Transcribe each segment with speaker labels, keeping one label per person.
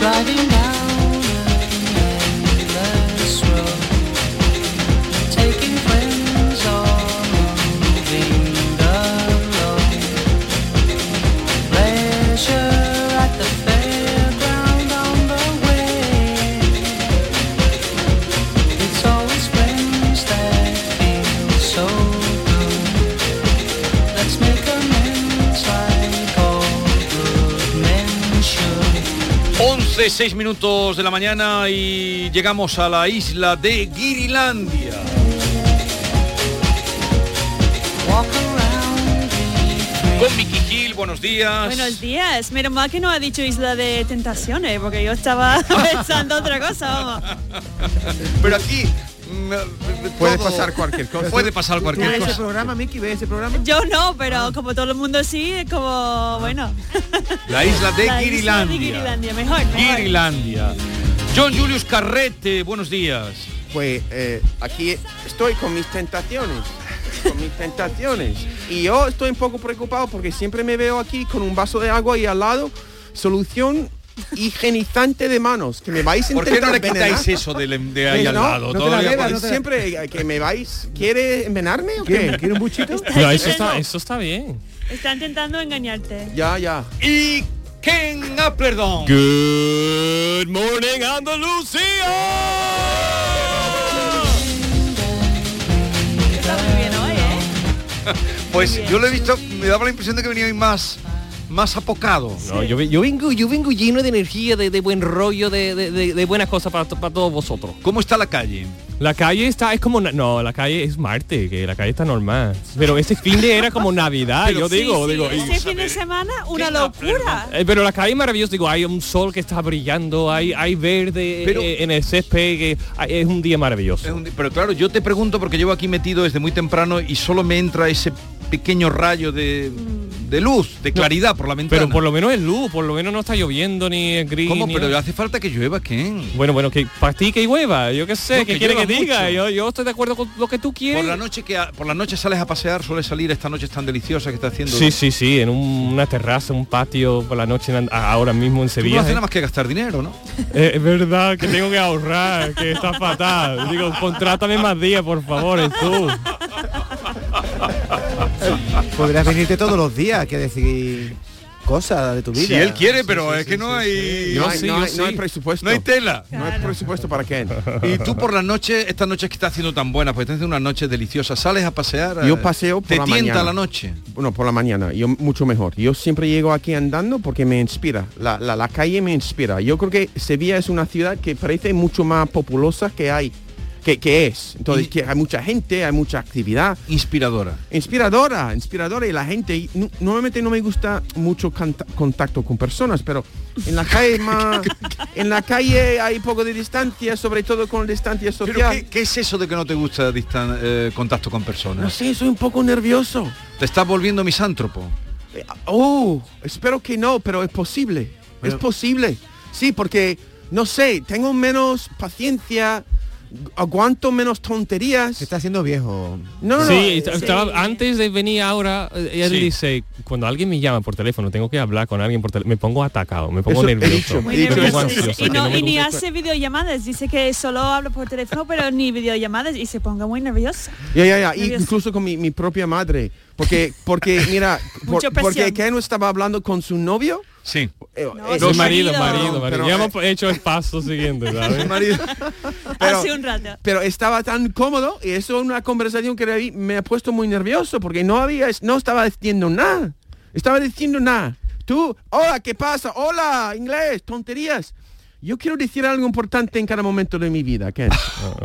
Speaker 1: Driving down an endless road, taking friends or moving alone. Pleasure at the fairground on the way. It's always friends that feel so good. Let's make amends like all good men should.
Speaker 2: 11, 6 minutos de la mañana y llegamos a la isla de Guirilandia. Con Vicky Gil, buenos días.
Speaker 3: Buenos días, menos mal que no ha dicho Isla de Tentaciones, porque yo estaba pensando otra cosa, vamos.
Speaker 2: Pero aquí
Speaker 4: Puede pasar cualquier cosa.
Speaker 2: Puede pasar cualquier
Speaker 4: ¿Tú ves
Speaker 2: cosa.
Speaker 4: ese programa, Miki? ¿Ves ese programa?
Speaker 3: Yo no,
Speaker 5: Ah.
Speaker 3: pero como todo el mundo sí, es como, bueno.
Speaker 2: La isla de
Speaker 3: la isla de
Speaker 2: Guirilandia.
Speaker 3: Guirilandia, mejor, mejor.
Speaker 2: Guirilandia. John Julius Carrete, buenos días.
Speaker 4: Pues eh, aquí estoy con mis tentaciones. Con mis tentaciones. Y yo estoy un poco preocupado porque siempre me veo aquí con un vaso de agua y al lado solución higienizante de manos. Que me vais a
Speaker 2: ¿Por
Speaker 4: intentar
Speaker 2: qué no le
Speaker 4: envenenar.
Speaker 2: quitáis eso de, le- de ahí
Speaker 4: Pues
Speaker 2: al
Speaker 4: no,
Speaker 2: lado?
Speaker 4: no te la
Speaker 2: Todavía
Speaker 4: bebas,
Speaker 2: podéis-
Speaker 4: no te la- Siempre eh, que me vais, ¿quiere envenenarme o qué?
Speaker 5: ¿Quiere- quiere
Speaker 4: un buchito?
Speaker 5: No, eso está, eso está bien.
Speaker 3: Está intentando engañarte.
Speaker 4: Ya, ya.
Speaker 2: Y Ken ah, Applerdon.
Speaker 5: Good morning Andalucía.
Speaker 2: Pues yo lo he visto, me daba la impresión de que venía hoy más, más apocado.
Speaker 5: No, yo, vi- yo vengo, yo vengo lleno de energía, de, de buen rollo, de, de- de- de buenas cosas para, to- para todos vosotros.
Speaker 2: ¿Cómo está la calle?
Speaker 5: La calle está, es como, na- no, la calle es Marte, que la calle está normal. Pero ese fin de era como Navidad, yo
Speaker 3: Sí,
Speaker 5: digo,
Speaker 3: sí,
Speaker 5: digo. y-
Speaker 3: Este fin de semana, una
Speaker 2: ¿Quién la
Speaker 3: locura.
Speaker 5: Eh, pero la calle es maravillosa, digo, hay un sol que está brillando, hay, hay verde eh,
Speaker 2: Pero-
Speaker 5: eh, en el césped, que hay- Ah, es un día
Speaker 2: Es
Speaker 5: maravilloso.
Speaker 2: un di- Pero claro, yo te pregunto porque llevo aquí metido desde muy temprano y solo me entra ese pequeño rayo de, de luz, de claridad por la ventana.
Speaker 5: Pero por lo menos es luz, por lo menos no está lloviendo ni es gris.
Speaker 2: ¿Cómo?
Speaker 5: ni
Speaker 2: Pero
Speaker 5: nada.
Speaker 2: hace falta que llueva, Ken.
Speaker 5: Bueno, bueno, que para ti que hueva, yo qué sé,
Speaker 2: No,
Speaker 5: que
Speaker 2: que
Speaker 5: quiere que
Speaker 2: llueva
Speaker 5: diga,
Speaker 2: mucho.
Speaker 5: yo, yo estoy de acuerdo con lo que tú quieres.
Speaker 2: Por la noche que a- por la noche sales a pasear, suele salir esta noche tan deliciosa que está haciendo.
Speaker 5: Sí, sí, sí, en un- una terraza, un patio por la noche, en And- ahora mismo en
Speaker 2: Tú no
Speaker 5: Sevilla.
Speaker 2: haces
Speaker 5: ¿eh?
Speaker 2: nada más que gastar dinero, ¿no?
Speaker 5: Eh, es verdad que tengo que ahorrar, que está fatal. Digo, contrátame más días, por favor, tú.
Speaker 6: Podrías venirte todos los días que decir cosas de tu vida.
Speaker 2: Si él quiere,
Speaker 6: Sí,
Speaker 2: pero
Speaker 6: sí, sí,
Speaker 2: es que
Speaker 6: sí,
Speaker 2: no
Speaker 6: sí.
Speaker 2: hay
Speaker 4: No,
Speaker 5: Yo
Speaker 4: hay-
Speaker 5: sí,
Speaker 4: no
Speaker 5: yo
Speaker 4: hay, no
Speaker 5: sí.
Speaker 4: hay presupuesto.
Speaker 2: no hay tela.
Speaker 4: No hay presupuesto para Ken.
Speaker 2: Y tú por las noches, estas noches que está haciendo tan buenas, pues estás haciendo unas noches deliciosas, sales a pasear.
Speaker 4: Yo
Speaker 2: eh,
Speaker 4: paseo por
Speaker 2: Te
Speaker 4: la
Speaker 2: tienta
Speaker 4: mañana.
Speaker 2: la noche.
Speaker 4: Bueno, por la mañana, yo mucho mejor. Yo siempre llego aquí andando porque me inspira. La, la, la calle me inspira. Yo creo que Sevilla es una ciudad que parece mucho más populosa que hay, que, que es. Entonces,
Speaker 2: Y-
Speaker 4: que hay mucha gente, hay mucha actividad.
Speaker 2: Inspiradora.
Speaker 4: Inspiradora, inspiradora y la gente. y nu- normalmente no me gusta mucho canta- contacto con personas, pero en la calle más, en la calle hay poco de distancia, sobre todo con distancia
Speaker 2: Pero
Speaker 4: social.
Speaker 2: ¿qué, qué es eso de que no te gusta distan- eh, contacto con personas?
Speaker 4: No sé, soy un poco nervioso.
Speaker 2: Te estás volviendo misántropo.
Speaker 4: Eh, Oh, espero que no, pero es posible.
Speaker 2: Pero-
Speaker 4: es posible. Sí, porque, no sé, tengo menos paciencia, aguanto menos tonterías.
Speaker 6: Se está haciendo viejo.
Speaker 4: No, no, no.
Speaker 5: Sí,
Speaker 4: eh,
Speaker 5: estaba- antes de venir ahora, eh, él
Speaker 2: Sí.
Speaker 5: dice, cuando alguien me llama por teléfono, tengo que hablar con alguien por teléfono, me pongo atacado, me pongo
Speaker 4: Eso he
Speaker 5: nervioso.
Speaker 4: dicho,
Speaker 3: Muy
Speaker 4: he dicho
Speaker 5: me pongo
Speaker 4: eso.
Speaker 3: nervioso.
Speaker 5: ansioso,
Speaker 3: Y,
Speaker 5: que
Speaker 3: no,
Speaker 5: no me
Speaker 3: y ni
Speaker 5: gusta.
Speaker 3: hace videollamadas, dice que solo habla por teléfono, pero ni videollamadas y se ponga muy nerviosa.
Speaker 4: Ya, ya, ya. y
Speaker 3: Nervioso.
Speaker 4: incluso con mi, mi propia madre. Porque, porque mira, por-
Speaker 3: Mucha
Speaker 4: porque
Speaker 3: presión.
Speaker 4: Ken estaba hablando con su novio.
Speaker 2: Sí.
Speaker 4: eh,
Speaker 3: No,
Speaker 4: eh,
Speaker 3: su
Speaker 5: Sí, marido, marido,
Speaker 3: Marido,
Speaker 5: marido.
Speaker 4: pero,
Speaker 5: ya
Speaker 4: eh,
Speaker 5: hemos hecho el paso siguiente, ¿sabes?
Speaker 4: Pero-
Speaker 3: Hace un rato.
Speaker 4: pero estaba tan cómodo y eso es una conversación que ahí me ha puesto muy nervioso porque no había no estaba diciendo nada estaba diciendo nada tú hola qué pasa hola inglés tonterías Yo quiero decir algo importante en cada momento de mi vida, Ken.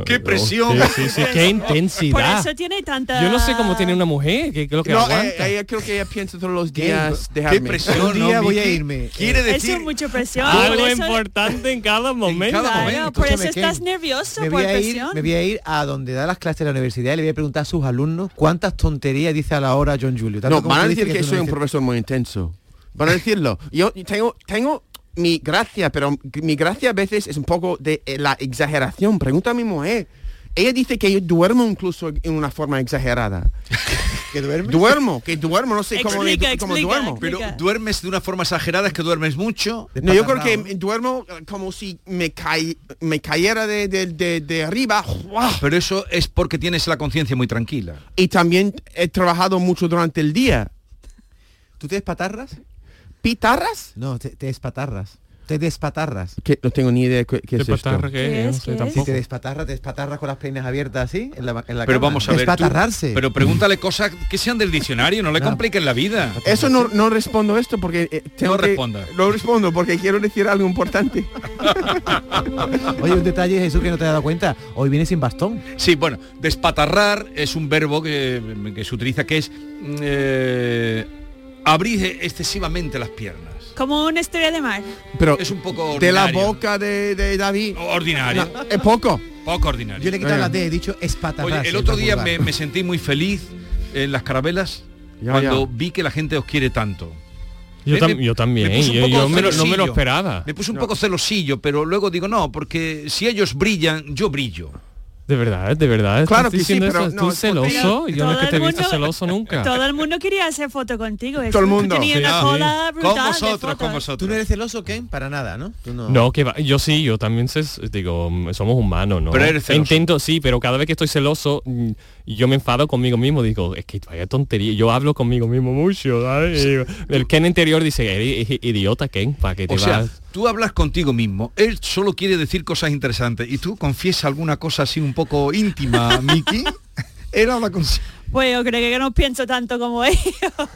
Speaker 2: ¡Qué presión!
Speaker 5: Sí, sí, sí, qué
Speaker 3: Por
Speaker 5: intensidad.
Speaker 3: eso tiene tanta...
Speaker 5: Yo no sé cómo tiene una mujer, que, que lo que
Speaker 4: no, eh,
Speaker 5: aguanta.
Speaker 4: ella creo que ella piensa todos los
Speaker 6: Qué-
Speaker 4: días
Speaker 2: ¡Qué
Speaker 4: dejarme.
Speaker 2: presión!
Speaker 6: Un día
Speaker 2: ¿no,
Speaker 6: voy a
Speaker 2: Miki?
Speaker 6: irme.
Speaker 2: Quiere
Speaker 3: Eso
Speaker 2: decir...
Speaker 3: es mucha presión.
Speaker 5: Algo
Speaker 3: por eso-
Speaker 5: importante en cada momento.
Speaker 2: cada
Speaker 3: Claro,
Speaker 2: momento,
Speaker 3: por eso
Speaker 6: escúchame,
Speaker 3: estás
Speaker 6: Ken.
Speaker 3: nervioso,
Speaker 6: me
Speaker 3: por
Speaker 6: voy, a ir,
Speaker 3: presión.
Speaker 6: me voy a ir a donde da las clases de la universidad y le voy a preguntar a sus alumnos cuántas tonterías dice a la hora John Julio. Tanto
Speaker 4: No,
Speaker 6: como
Speaker 4: van a
Speaker 6: tú
Speaker 4: decir
Speaker 6: dices
Speaker 4: que
Speaker 6: tú
Speaker 4: soy
Speaker 6: no
Speaker 4: un
Speaker 6: dices-
Speaker 4: profesor muy intenso. Van a decirlo. Yo tengo, tengo mi gracia, pero mi gracia a veces es un poco de eh, la exageración. Pregunta a mi mujer. Ella dice que yo duermo incluso en una forma exagerada.
Speaker 6: que duerme.
Speaker 4: Duermo, que duermo, no sé cómo,
Speaker 3: Explica,
Speaker 4: cómo
Speaker 3: explica.
Speaker 4: duermo.
Speaker 2: Pero
Speaker 3: Explica.
Speaker 2: duermes de una forma exagerada, es que duermes mucho.
Speaker 6: De
Speaker 4: No, yo creo
Speaker 6: patarrao,
Speaker 4: que
Speaker 6: ¿no?
Speaker 4: me- duermo eh, como si me, caí- me cayera de, de- de- de arriba. ¡guau!
Speaker 2: Pero eso es porque tienes la conciencia muy tranquila.
Speaker 4: Y también he trabajado mucho durante el día.
Speaker 6: ¿Tú te despatarras?
Speaker 4: ¿Pitarras?
Speaker 6: No, te, te despatarras. Te despatarras.
Speaker 4: Que no tengo ni idea qué, qué
Speaker 5: Qué
Speaker 4: es esto.
Speaker 5: patarra que
Speaker 3: ¿Qué
Speaker 5: es, no
Speaker 3: es?
Speaker 5: sé
Speaker 3: ¿Qué es?
Speaker 6: Si
Speaker 5: tampoco.
Speaker 6: te despatarras, te despatarras con las piernas abiertas así en la, en la
Speaker 2: Pero
Speaker 6: cama.
Speaker 2: vamos a ver. tú-
Speaker 6: Despatarrarse.
Speaker 2: pero pregúntale cosas que sean del diccionario, no le
Speaker 6: No.
Speaker 2: compliquen la vida.
Speaker 4: Eso no, no respondo esto porque eh, tengo
Speaker 2: No
Speaker 4: que-
Speaker 2: responda.
Speaker 4: No respondo porque quiero decir algo importante.
Speaker 6: Oye, un detalle, Jesús, que no te has dado cuenta. Hoy viene sin bastón.
Speaker 2: Sí, bueno, despatarrar es un verbo que, que se utiliza que es mm, eh, abrir excesivamente las piernas.
Speaker 3: Como una estrella de mar.
Speaker 4: Pero
Speaker 2: Es un poco
Speaker 4: de la
Speaker 2: ordinario.
Speaker 4: boca de, de David.
Speaker 2: Ordinario,
Speaker 4: No, es poco.
Speaker 2: poco ordinario.
Speaker 6: Yo le he quitado
Speaker 4: Venga.
Speaker 6: la D, he dicho espatarrarse.
Speaker 2: Oye, el otro
Speaker 6: por
Speaker 2: día
Speaker 6: vulgar.
Speaker 2: me, me sentí muy feliz en las carabelas
Speaker 4: Ya,
Speaker 2: cuando
Speaker 4: ya.
Speaker 2: vi que la gente os quiere tanto.
Speaker 5: Yo,
Speaker 2: Me-
Speaker 5: tam-
Speaker 2: me-
Speaker 5: yo también,
Speaker 2: me puso un
Speaker 5: yo,
Speaker 2: poco
Speaker 5: yo me lo- no me lo
Speaker 2: celosillo.
Speaker 5: esperaba.
Speaker 2: Me puse un poco celosillo, pero luego digo, no, porque si ellos brillan, yo brillo.
Speaker 5: De verdad, de verdad.
Speaker 4: Claro
Speaker 5: ¿estás
Speaker 4: que sí,
Speaker 5: diciendo
Speaker 4: pero
Speaker 5: eso?
Speaker 4: no,
Speaker 5: ¿Tú
Speaker 4: es-
Speaker 5: celoso?
Speaker 3: Pero
Speaker 5: Yo no es
Speaker 3: todo
Speaker 5: que te he
Speaker 3: el
Speaker 5: visto
Speaker 3: mundo-
Speaker 5: celoso nunca.
Speaker 3: Todo el mundo quería hacer foto contigo. Jesús.
Speaker 4: Todo el mundo.
Speaker 3: Tenía
Speaker 5: Sí,
Speaker 3: una
Speaker 5: ah,
Speaker 3: cola brutal
Speaker 2: Con
Speaker 3: de
Speaker 2: vosotros, con
Speaker 3: fotos.
Speaker 6: ¿Tú no
Speaker 2: vosotros.
Speaker 6: eres celoso, Ken? Para nada, ¿no? Tú no.
Speaker 5: No, que va. Yo sí, yo también sé, digo, mm, somos humanos, ¿no?
Speaker 2: Pero eres celoso.
Speaker 5: Intento, sí, pero cada vez que estoy celoso, mm, yo me enfado conmigo mismo. Digo, es que vaya tontería. Yo hablo conmigo mismo mucho. ¿sabes? Y digo, El Ken interior dice, eres i- idiota, Ken, para que te
Speaker 2: O sea,
Speaker 5: vas.
Speaker 2: tú hablas contigo mismo, él solo quiere decir cosas interesantes y tú confiesa alguna cosa así un poco íntima, Miki. Él habla con...
Speaker 3: Pues yo creo que no pienso tanto como ellos.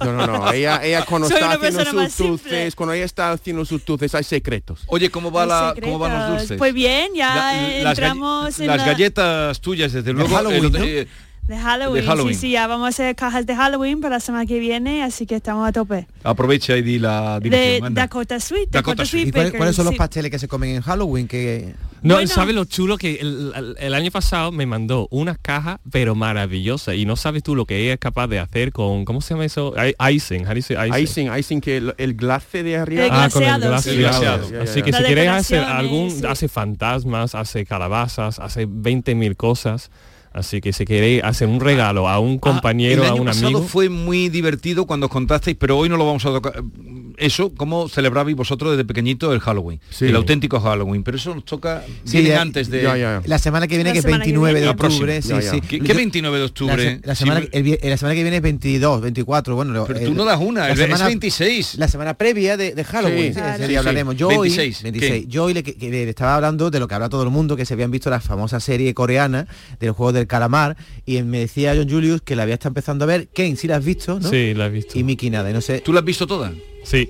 Speaker 4: No, no, no. Ella, ella cuando
Speaker 3: Soy
Speaker 4: está
Speaker 3: una
Speaker 4: haciendo
Speaker 3: persona
Speaker 4: sus
Speaker 3: más
Speaker 4: dulces,
Speaker 3: simple.
Speaker 4: cuando ella está haciendo sus dulces, hay secretos.
Speaker 2: Oye, ¿cómo, va la, ¿cómo van los
Speaker 3: Secretos.
Speaker 2: dulces?
Speaker 3: Pues bien, ya
Speaker 2: La- las galle-
Speaker 3: entramos en
Speaker 2: las
Speaker 3: la-
Speaker 2: galletas tuyas, desde luego.
Speaker 6: Halloween, ¿no?
Speaker 2: eh,
Speaker 3: De Halloween.
Speaker 2: de Halloween.
Speaker 3: Sí, sí, ya vamos a hacer cajas de Halloween para la semana que viene, así que estamos a tope.
Speaker 2: Aprovecha y di la
Speaker 3: De
Speaker 2: dirección. anda.
Speaker 3: Dakota Sweet.
Speaker 2: Dakota Sweet.
Speaker 6: ¿Y cuál-
Speaker 3: Bakery,
Speaker 6: cuáles son los
Speaker 3: sí.
Speaker 6: pasteles que se comen en Halloween? Que
Speaker 5: No,
Speaker 3: Bueno.
Speaker 5: ¿sabes lo chulo que el, el- el año pasado me mandó una caja, pero maravillosa? Y no sabes tú lo que ella es capaz de hacer con, ¿cómo se llama eso? I- Icing, how do you say icing?
Speaker 4: Ahí sin, ahí sin que el, el glace de arriba.
Speaker 3: El
Speaker 5: Ah, con el
Speaker 3: glaseado,
Speaker 5: glace-
Speaker 3: sí.
Speaker 2: El glaseado.
Speaker 4: Ya, ya,
Speaker 5: Así
Speaker 4: ya.
Speaker 5: que
Speaker 3: Las
Speaker 5: si queréis hacer
Speaker 3: decoraciones,
Speaker 5: algún,
Speaker 3: sí.
Speaker 5: hace fantasmas, hace calabazas, hace 20.000 cosas. Así que si queréis hacer un regalo a un compañero,
Speaker 2: Ah, el
Speaker 5: a
Speaker 2: año
Speaker 5: un
Speaker 2: pasado
Speaker 5: amigo.
Speaker 2: fue muy divertido cuando os contasteis, pero hoy no lo vamos a tocar. Mm, Eso, cómo celebrabais vosotros desde pequeñito el Halloween,
Speaker 4: Sí.
Speaker 2: el auténtico Halloween, pero eso nos toca
Speaker 6: Sí,
Speaker 2: vienen
Speaker 6: ya-
Speaker 2: antes de...
Speaker 4: ya, ya.
Speaker 6: La semana que viene,
Speaker 3: La
Speaker 6: que es
Speaker 3: semana que
Speaker 6: 29 de
Speaker 3: viene.
Speaker 2: La próxima,
Speaker 6: octubre. Sí,
Speaker 4: ya, ya.
Speaker 6: sí.
Speaker 2: ¿Qué,
Speaker 6: Yo-
Speaker 2: qué 29 de octubre?
Speaker 6: La, se- la semana,
Speaker 2: Sí,
Speaker 6: el vie- la semana que viene es 22, 24, bueno. lo-
Speaker 2: pero
Speaker 6: el-
Speaker 2: tú no das una,
Speaker 6: la
Speaker 2: es-
Speaker 6: semana-
Speaker 2: es 26.
Speaker 6: La semana previa de, de
Speaker 4: Sí,
Speaker 6: Halloween, sí,
Speaker 3: claro.
Speaker 6: ese día
Speaker 3: Sí,
Speaker 2: sí.
Speaker 6: hablaremos. Yo
Speaker 2: 26,
Speaker 6: hoy, 26,
Speaker 2: ¿qué?
Speaker 6: yo hoy le, que- que le estaba hablando de lo que habla todo el mundo, que se habían visto la famosa serie coreana del juego del calamar, y me decía John Julius que la había estado empezando a ver. Kane, si la has visto, ¿no?
Speaker 5: Sí, la he visto.
Speaker 6: Y Mickey nada, y no sé.
Speaker 2: ¿Tú la has visto toda?
Speaker 5: Sí.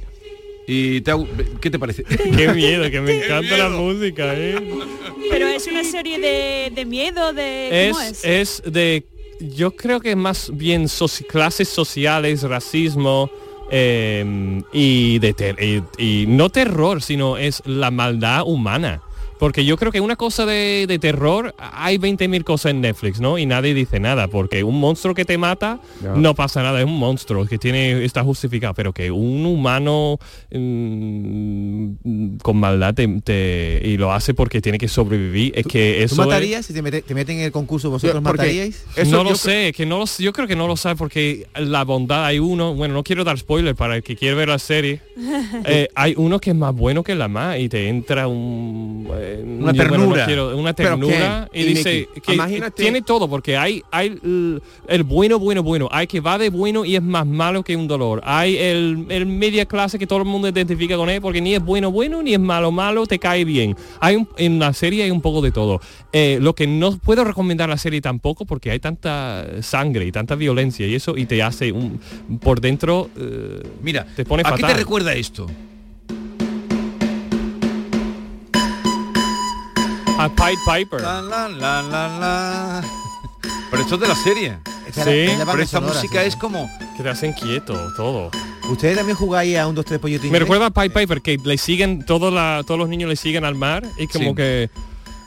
Speaker 2: ¿Y te ha gu- qué te parece?
Speaker 5: Qué miedo, que me encanta la música, ¿eh?
Speaker 3: Pero es una serie de, de miedo, de... ¿Cómo es?
Speaker 5: Es, es de. Yo creo que es más bien soci- clases sociales, racismo eh, y, de ter- y- y no terror, sino es la maldad humana. Porque yo creo que una cosa de, de terror, hay 20.000 cosas en Netflix, ¿no? Y nadie dice nada, porque un monstruo que te mata,
Speaker 4: Ya.
Speaker 5: no pasa nada, es un monstruo que tiene está justificado, pero que un humano mm, con maldad te, te- y lo hace porque tiene que sobrevivir, es que eso
Speaker 6: ¿Tú
Speaker 5: es-
Speaker 6: matarías si te, mete- te meten en el concurso? ¿Vosotros
Speaker 4: Porque
Speaker 6: mataríais?
Speaker 4: eso
Speaker 5: no lo
Speaker 4: yo-
Speaker 5: sé, que no lo sé, yo creo que no lo sabe porque la bondad hay uno, bueno, no quiero dar spoiler para el que quiere ver la serie, eh, hay uno que es más bueno que la más y te entra un, eh,
Speaker 2: Una
Speaker 5: yo, bueno, no
Speaker 2: ternura.
Speaker 5: quiero- una
Speaker 4: Pero, ¿qué?
Speaker 5: ternura y,
Speaker 4: Y
Speaker 5: dice
Speaker 4: Mickey,
Speaker 5: que
Speaker 4: imagínate-
Speaker 5: tiene todo porque hay, hay el, el bueno, bueno, bueno, hay que va de bueno y es más malo que un dolor, hay el, el media clase que todo el mundo identifica con él porque ni es bueno, bueno, ni es malo, malo, te cae bien. Hay un- en la serie hay un poco de todo. Eh, lo que no puedo recomendar la serie tampoco porque hay tanta sangre y tanta violencia y eso y te hace un, por dentro... eh,
Speaker 2: Mira,
Speaker 5: Te pone
Speaker 2: ¿a qué te
Speaker 5: fatal.
Speaker 2: recuerda esto?
Speaker 5: a Pied Piper.
Speaker 2: La, la, la, la, la. Pero esto es de la serie.
Speaker 6: Esta
Speaker 5: Sí,
Speaker 6: es la- es la
Speaker 2: Pero
Speaker 6: banda
Speaker 2: esta
Speaker 6: sonora,
Speaker 2: música
Speaker 6: sí.
Speaker 2: es como...
Speaker 5: Que te hacen quieto, todo.
Speaker 6: Ustedes también jugáis a un, dos, tres pollitos
Speaker 5: Me
Speaker 6: inglés?
Speaker 5: recuerda a Pied Piper, que le siguen, todos la, todos los niños le siguen al mar y como
Speaker 2: Sí.
Speaker 5: que...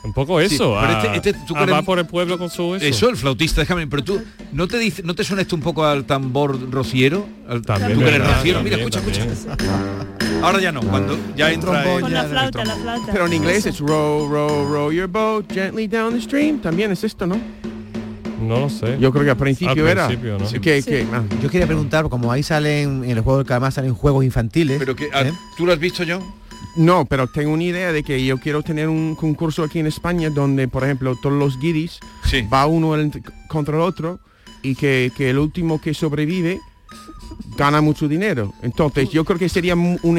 Speaker 5: Un poco eso,
Speaker 2: pero
Speaker 5: a-
Speaker 2: este- este- tú
Speaker 5: a
Speaker 2: crees-
Speaker 5: va por el pueblo con su... Eso.
Speaker 2: Eso, el flautista, déjame, pero tú, ¿no te dice, no te suena esto un poco al tambor rociero? Al,
Speaker 5: También,
Speaker 2: ¿Tú que eres
Speaker 5: ¿verdad?
Speaker 2: rociero? Mira,
Speaker 5: También,
Speaker 2: escucha, escucha. Ahora ya no, cuando ya entra...
Speaker 6: trombón,
Speaker 3: Con
Speaker 2: el-
Speaker 3: la
Speaker 6: eh, Ya,
Speaker 3: flauta, la flauta.
Speaker 4: Pero en inglés
Speaker 3: Eso.
Speaker 4: es row, row, row your boat gently down the stream. También es esto, ¿no?
Speaker 5: No lo sé.
Speaker 4: Yo creo que al principio,
Speaker 5: ¿eh? Al principio,
Speaker 4: era.
Speaker 5: ¿no?
Speaker 4: Sí, que-
Speaker 3: Sí.
Speaker 4: que- ah.
Speaker 6: Yo quería preguntar, como ahí salen, en el juego del calamar salen juegos infantiles.
Speaker 2: Pero que, ah,
Speaker 6: ¿eh?
Speaker 2: ¿tú lo has visto, John?
Speaker 4: No, pero tengo una idea de que yo quiero tener un concurso aquí en España donde, por ejemplo, todos los guiris
Speaker 2: Sí.
Speaker 4: va uno el- contra el otro y que, que el último que sobrevive gana mucho dinero. Entonces, yo creo que sería mu- un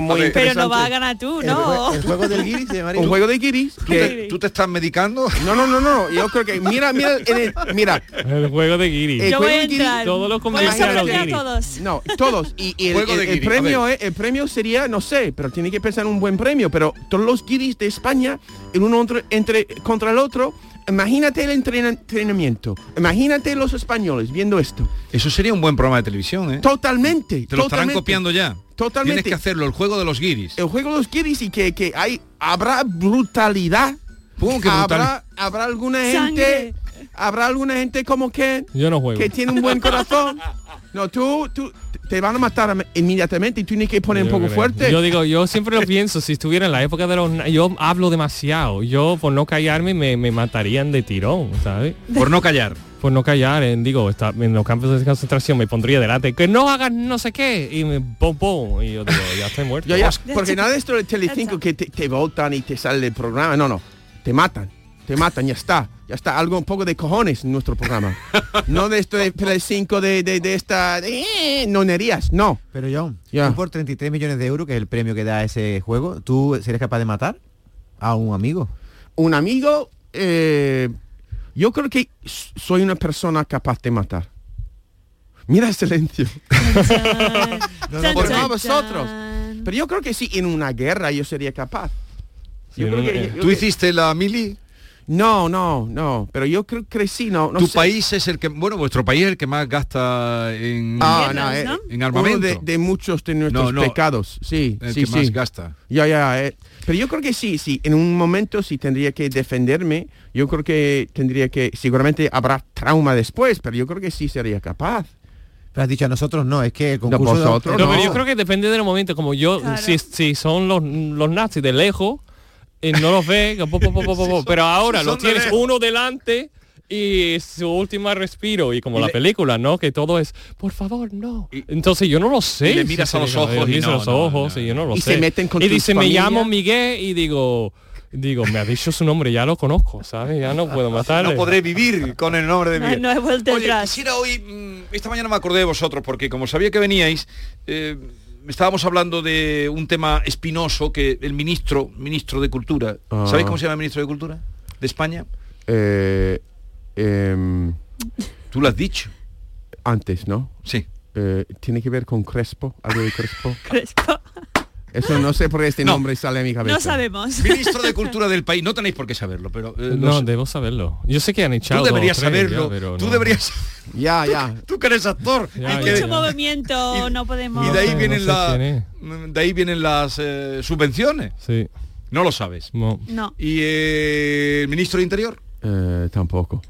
Speaker 4: muy
Speaker 2: ver,
Speaker 3: Pero
Speaker 4: interesante.
Speaker 3: no va a ganar tú,
Speaker 6: El jue-
Speaker 3: ¿no?
Speaker 6: El, juego del guiri se llamaría.
Speaker 4: un juego de guiris
Speaker 2: ¿Tú
Speaker 4: que
Speaker 2: te, tú te estás medicando?
Speaker 4: no, no, no, no, yo creo que mira, mira, en el- mira,
Speaker 5: El juego de Giri.
Speaker 4: Eh,
Speaker 3: Yo voy
Speaker 4: juego
Speaker 3: a
Speaker 4: de guiri,
Speaker 3: entrar.
Speaker 5: todo
Speaker 3: Voy
Speaker 5: lo
Speaker 3: a
Speaker 5: convencía
Speaker 4: a los
Speaker 3: sortear
Speaker 5: guiris.
Speaker 3: a todos.
Speaker 4: no, todos y, y el,
Speaker 2: Juego de
Speaker 4: el- el
Speaker 2: guiris, a
Speaker 4: premio, eh, el premio sería, no sé, pero tiene que pensar en un buen premio, pero todos los guiris de España en uno entre, entre- contra el otro, imagínate el entrena- entrenamiento, imagínate los españoles viendo esto.
Speaker 2: Eso sería un buen programa de televisión, ¿eh?
Speaker 4: Totalmente,
Speaker 2: Te lo estarán
Speaker 4: totalmente.
Speaker 2: copiando ya.
Speaker 4: Totalmente. Eh,
Speaker 2: Tienes que hacerlo, el juego de los guiris.
Speaker 4: el juego de los guiris y que, que hay habrá brutalidad.
Speaker 2: ¿Cómo que brutal?
Speaker 4: habrá, habrá alguna gente,
Speaker 3: Sangre.
Speaker 4: habrá alguna gente como que
Speaker 5: Yo no juego.
Speaker 4: que tiene un buen corazón. No, tú, tú te van a matar am- inmediatamente y tú tienes que poner un
Speaker 5: Yo
Speaker 4: poco
Speaker 5: creo.
Speaker 4: fuerte.
Speaker 5: Yo digo, yo siempre lo pienso, si estuviera en la época de los... na- Yo hablo demasiado. Yo, por no callarme, me, me matarían de tirón, ¿sabes?
Speaker 2: Por no callar.
Speaker 5: Por no callar, eh, digo, está, en los campos de concentración me pondría delante, que no hagas no sé qué, y me pom pom, y yo digo, ya estoy muerto.
Speaker 4: Yo ya-
Speaker 3: Ya
Speaker 4: porque
Speaker 3: está.
Speaker 4: nada de esto de Telecinco que te, te votan y te sale el programa. No, no, te matan. Te matan, ya está. Ya está algo un poco de cojones en nuestro programa. no de esto de Telecinco de, de, de esta de, eh, nonerías, no.
Speaker 6: Pero John,
Speaker 4: Ya.
Speaker 6: tú por 33 millones de euros, que es el premio que da ese juego, ¿tú serías capaz de matar a un amigo?
Speaker 4: un amigo, eh, yo creo que s- soy una persona capaz de matar. Mira el silencio.
Speaker 6: No,
Speaker 3: Chan,
Speaker 4: Por
Speaker 3: chan,
Speaker 4: no vosotros.
Speaker 3: chan.
Speaker 4: Pero yo creo que sí, en una guerra yo sería capaz.
Speaker 5: Sí,
Speaker 4: Yo
Speaker 5: en
Speaker 4: creo
Speaker 5: una-
Speaker 4: que-
Speaker 5: eh,
Speaker 4: yo
Speaker 2: ¿Tú
Speaker 4: que-
Speaker 2: hiciste la mili?
Speaker 4: No, no, no. Pero yo creo que sí, no. no
Speaker 2: tu
Speaker 4: sé.
Speaker 2: país es el que... Bueno, vuestro país es el que más gasta en,
Speaker 4: Ah,
Speaker 3: Guerras,
Speaker 4: no, eh,
Speaker 3: ¿no?
Speaker 2: en armamento.
Speaker 4: uno de, de muchos de nuestros
Speaker 2: No, no.
Speaker 4: pecados. Sí,
Speaker 2: El
Speaker 4: sí,
Speaker 2: que más
Speaker 4: sí.
Speaker 2: gasta.
Speaker 4: Ya, ya. eh. Pero yo creo que sí, sí. En un momento sí tendría que defenderme. Yo creo que tendría que... Seguramente habrá trauma después, pero yo creo que sí sería capaz.
Speaker 6: Pero has dicho a nosotros no, es que el concurso...
Speaker 4: vosotros
Speaker 5: No,
Speaker 4: no.
Speaker 5: pero yo creo que depende del momento, como yo,
Speaker 3: Claro.
Speaker 5: si, si son los, los nazis de lejos, eh, no los ve, que po, po, po, po, po, po, pero ahora
Speaker 2: si
Speaker 5: los
Speaker 2: son de
Speaker 5: tienes
Speaker 2: lejos.
Speaker 5: uno delante y su última respiro, y como
Speaker 2: Y
Speaker 5: la
Speaker 2: le-
Speaker 5: película, ¿no? Que todo es, por favor, no.
Speaker 2: Y-
Speaker 5: Entonces yo no lo sé.
Speaker 2: y le
Speaker 5: si
Speaker 2: miras a
Speaker 5: se-
Speaker 2: los ojos y
Speaker 5: Le miras a
Speaker 2: no,
Speaker 5: los
Speaker 2: no,
Speaker 5: ojos
Speaker 2: no.
Speaker 5: y yo no lo
Speaker 4: Y
Speaker 5: sé.
Speaker 4: se meten con
Speaker 5: Y
Speaker 4: tus
Speaker 5: dice, me
Speaker 4: familias".
Speaker 5: llamo Miguel y digo... Digo, me ha dicho su nombre, ya lo conozco, ¿sabes? Ya no puedo matarle.
Speaker 2: No podré vivir con el nombre de
Speaker 3: No,
Speaker 2: Miguel.
Speaker 3: no he vuelto
Speaker 2: Oye,
Speaker 3: atrás.
Speaker 2: quisiera hoy, mm, esta mañana me acordé de vosotros porque como sabía que veníais, eh, estábamos hablando de un tema espinoso que el ministro, ministro de Cultura,
Speaker 4: Ah.
Speaker 2: ¿sabéis cómo se llama el ministro de Cultura de España?
Speaker 4: Eh, em,
Speaker 2: Tú lo has dicho.
Speaker 4: antes, ¿no?
Speaker 2: Sí.
Speaker 4: Eh, Tiene que ver con Crespo, algo de Crespo.
Speaker 3: Crespo.
Speaker 4: Eso no sé por qué este
Speaker 2: No.
Speaker 4: nombre sale a mi cabeza.
Speaker 3: No sabemos.
Speaker 2: Ministro de Cultura del país, no tenéis por qué saberlo, pero eh,
Speaker 5: No,
Speaker 2: los-
Speaker 5: debo saberlo. Yo sé que han echado
Speaker 2: tú
Speaker 5: dos o
Speaker 2: deberías
Speaker 5: tres ya,
Speaker 2: saberlo.
Speaker 5: pero
Speaker 2: tú
Speaker 5: no.
Speaker 2: deberías
Speaker 4: Ya, ya.
Speaker 2: Tú que eres actor.
Speaker 5: Ya,
Speaker 2: y,
Speaker 5: ya,
Speaker 2: que-
Speaker 3: Mucho movimiento,
Speaker 2: y-
Speaker 3: no podemos.
Speaker 2: y de ahí
Speaker 5: No sé,
Speaker 2: vienen
Speaker 5: no sé
Speaker 2: la-
Speaker 5: quién
Speaker 2: de ahí vienen las eh, subvenciones.
Speaker 5: Sí.
Speaker 2: No lo sabes.
Speaker 5: no.
Speaker 3: No,
Speaker 2: ¿Y eh, el ministro de Interior?
Speaker 4: Eh, tampoco.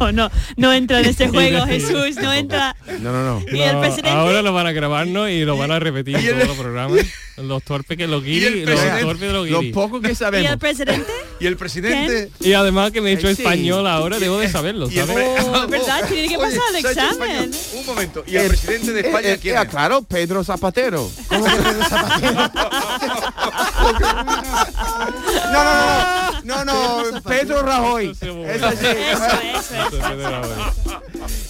Speaker 3: oh, no, no entra en este juego, Jesús, no entra.
Speaker 4: No, no, no.
Speaker 3: Y el
Speaker 5: No,
Speaker 3: presidente.
Speaker 5: Ahora lo van a grabarnos y lo van a repetir
Speaker 2: y
Speaker 5: en
Speaker 2: el-
Speaker 5: todos los programas. Los torpes que los
Speaker 2: el
Speaker 5: guiris, los
Speaker 2: presidente-
Speaker 5: torpes de los
Speaker 4: Lo
Speaker 5: guiris.
Speaker 4: poco que
Speaker 3: ¿Y
Speaker 4: sabemos.
Speaker 3: el presidente?
Speaker 2: ¿Y el presidente?
Speaker 5: Y además que me he hecho
Speaker 4: Ay, sí.
Speaker 5: español ahora, debo de saberlo,
Speaker 2: Y el
Speaker 5: ¿sabes?
Speaker 2: pre-
Speaker 3: Oh, ¿verdad? Tiene que
Speaker 2: Oye,
Speaker 3: pasar el
Speaker 2: se ha hecho
Speaker 3: examen.
Speaker 2: español. Un momento. ¿Y el presidente de España
Speaker 4: Eh, eh,
Speaker 2: quién
Speaker 4: eh,
Speaker 2: es?
Speaker 4: claro, Pedro Zapatero.
Speaker 6: ¿Cómo que Pedro Zapatero?
Speaker 4: No, no, no, no, no, no, Pedro Rajoy.
Speaker 5: Eso sí, bueno.
Speaker 4: Ese sí.
Speaker 3: Eso, eso, eso.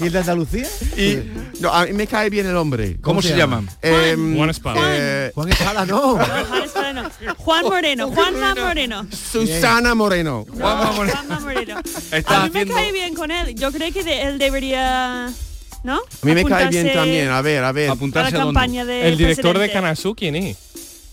Speaker 6: ¿Y el de Andalucía?
Speaker 2: ¿Y
Speaker 4: No, a mí me cae bien el hombre.
Speaker 2: cómo se llaman?
Speaker 4: Em,
Speaker 5: Juan Espada.
Speaker 4: eh,
Speaker 6: Juan Espada, no.
Speaker 3: Juan Espadano. Juan Moreno, Juanma Moreno.
Speaker 4: Susana Moreno.
Speaker 2: Juanma Moreno.
Speaker 3: Juanma Moreno.
Speaker 2: Está
Speaker 3: A mí me
Speaker 2: haciendo-
Speaker 3: cae bien con él. Yo creo que de- él debería, ¿no?
Speaker 4: A mí me cae bien
Speaker 3: Apuntarse
Speaker 4: también. A ver, a ver.
Speaker 3: A la
Speaker 2: apuntarse a dónde.
Speaker 3: campaña de
Speaker 5: El director de
Speaker 3: presidente.
Speaker 5: Kanazú, ¿quién es?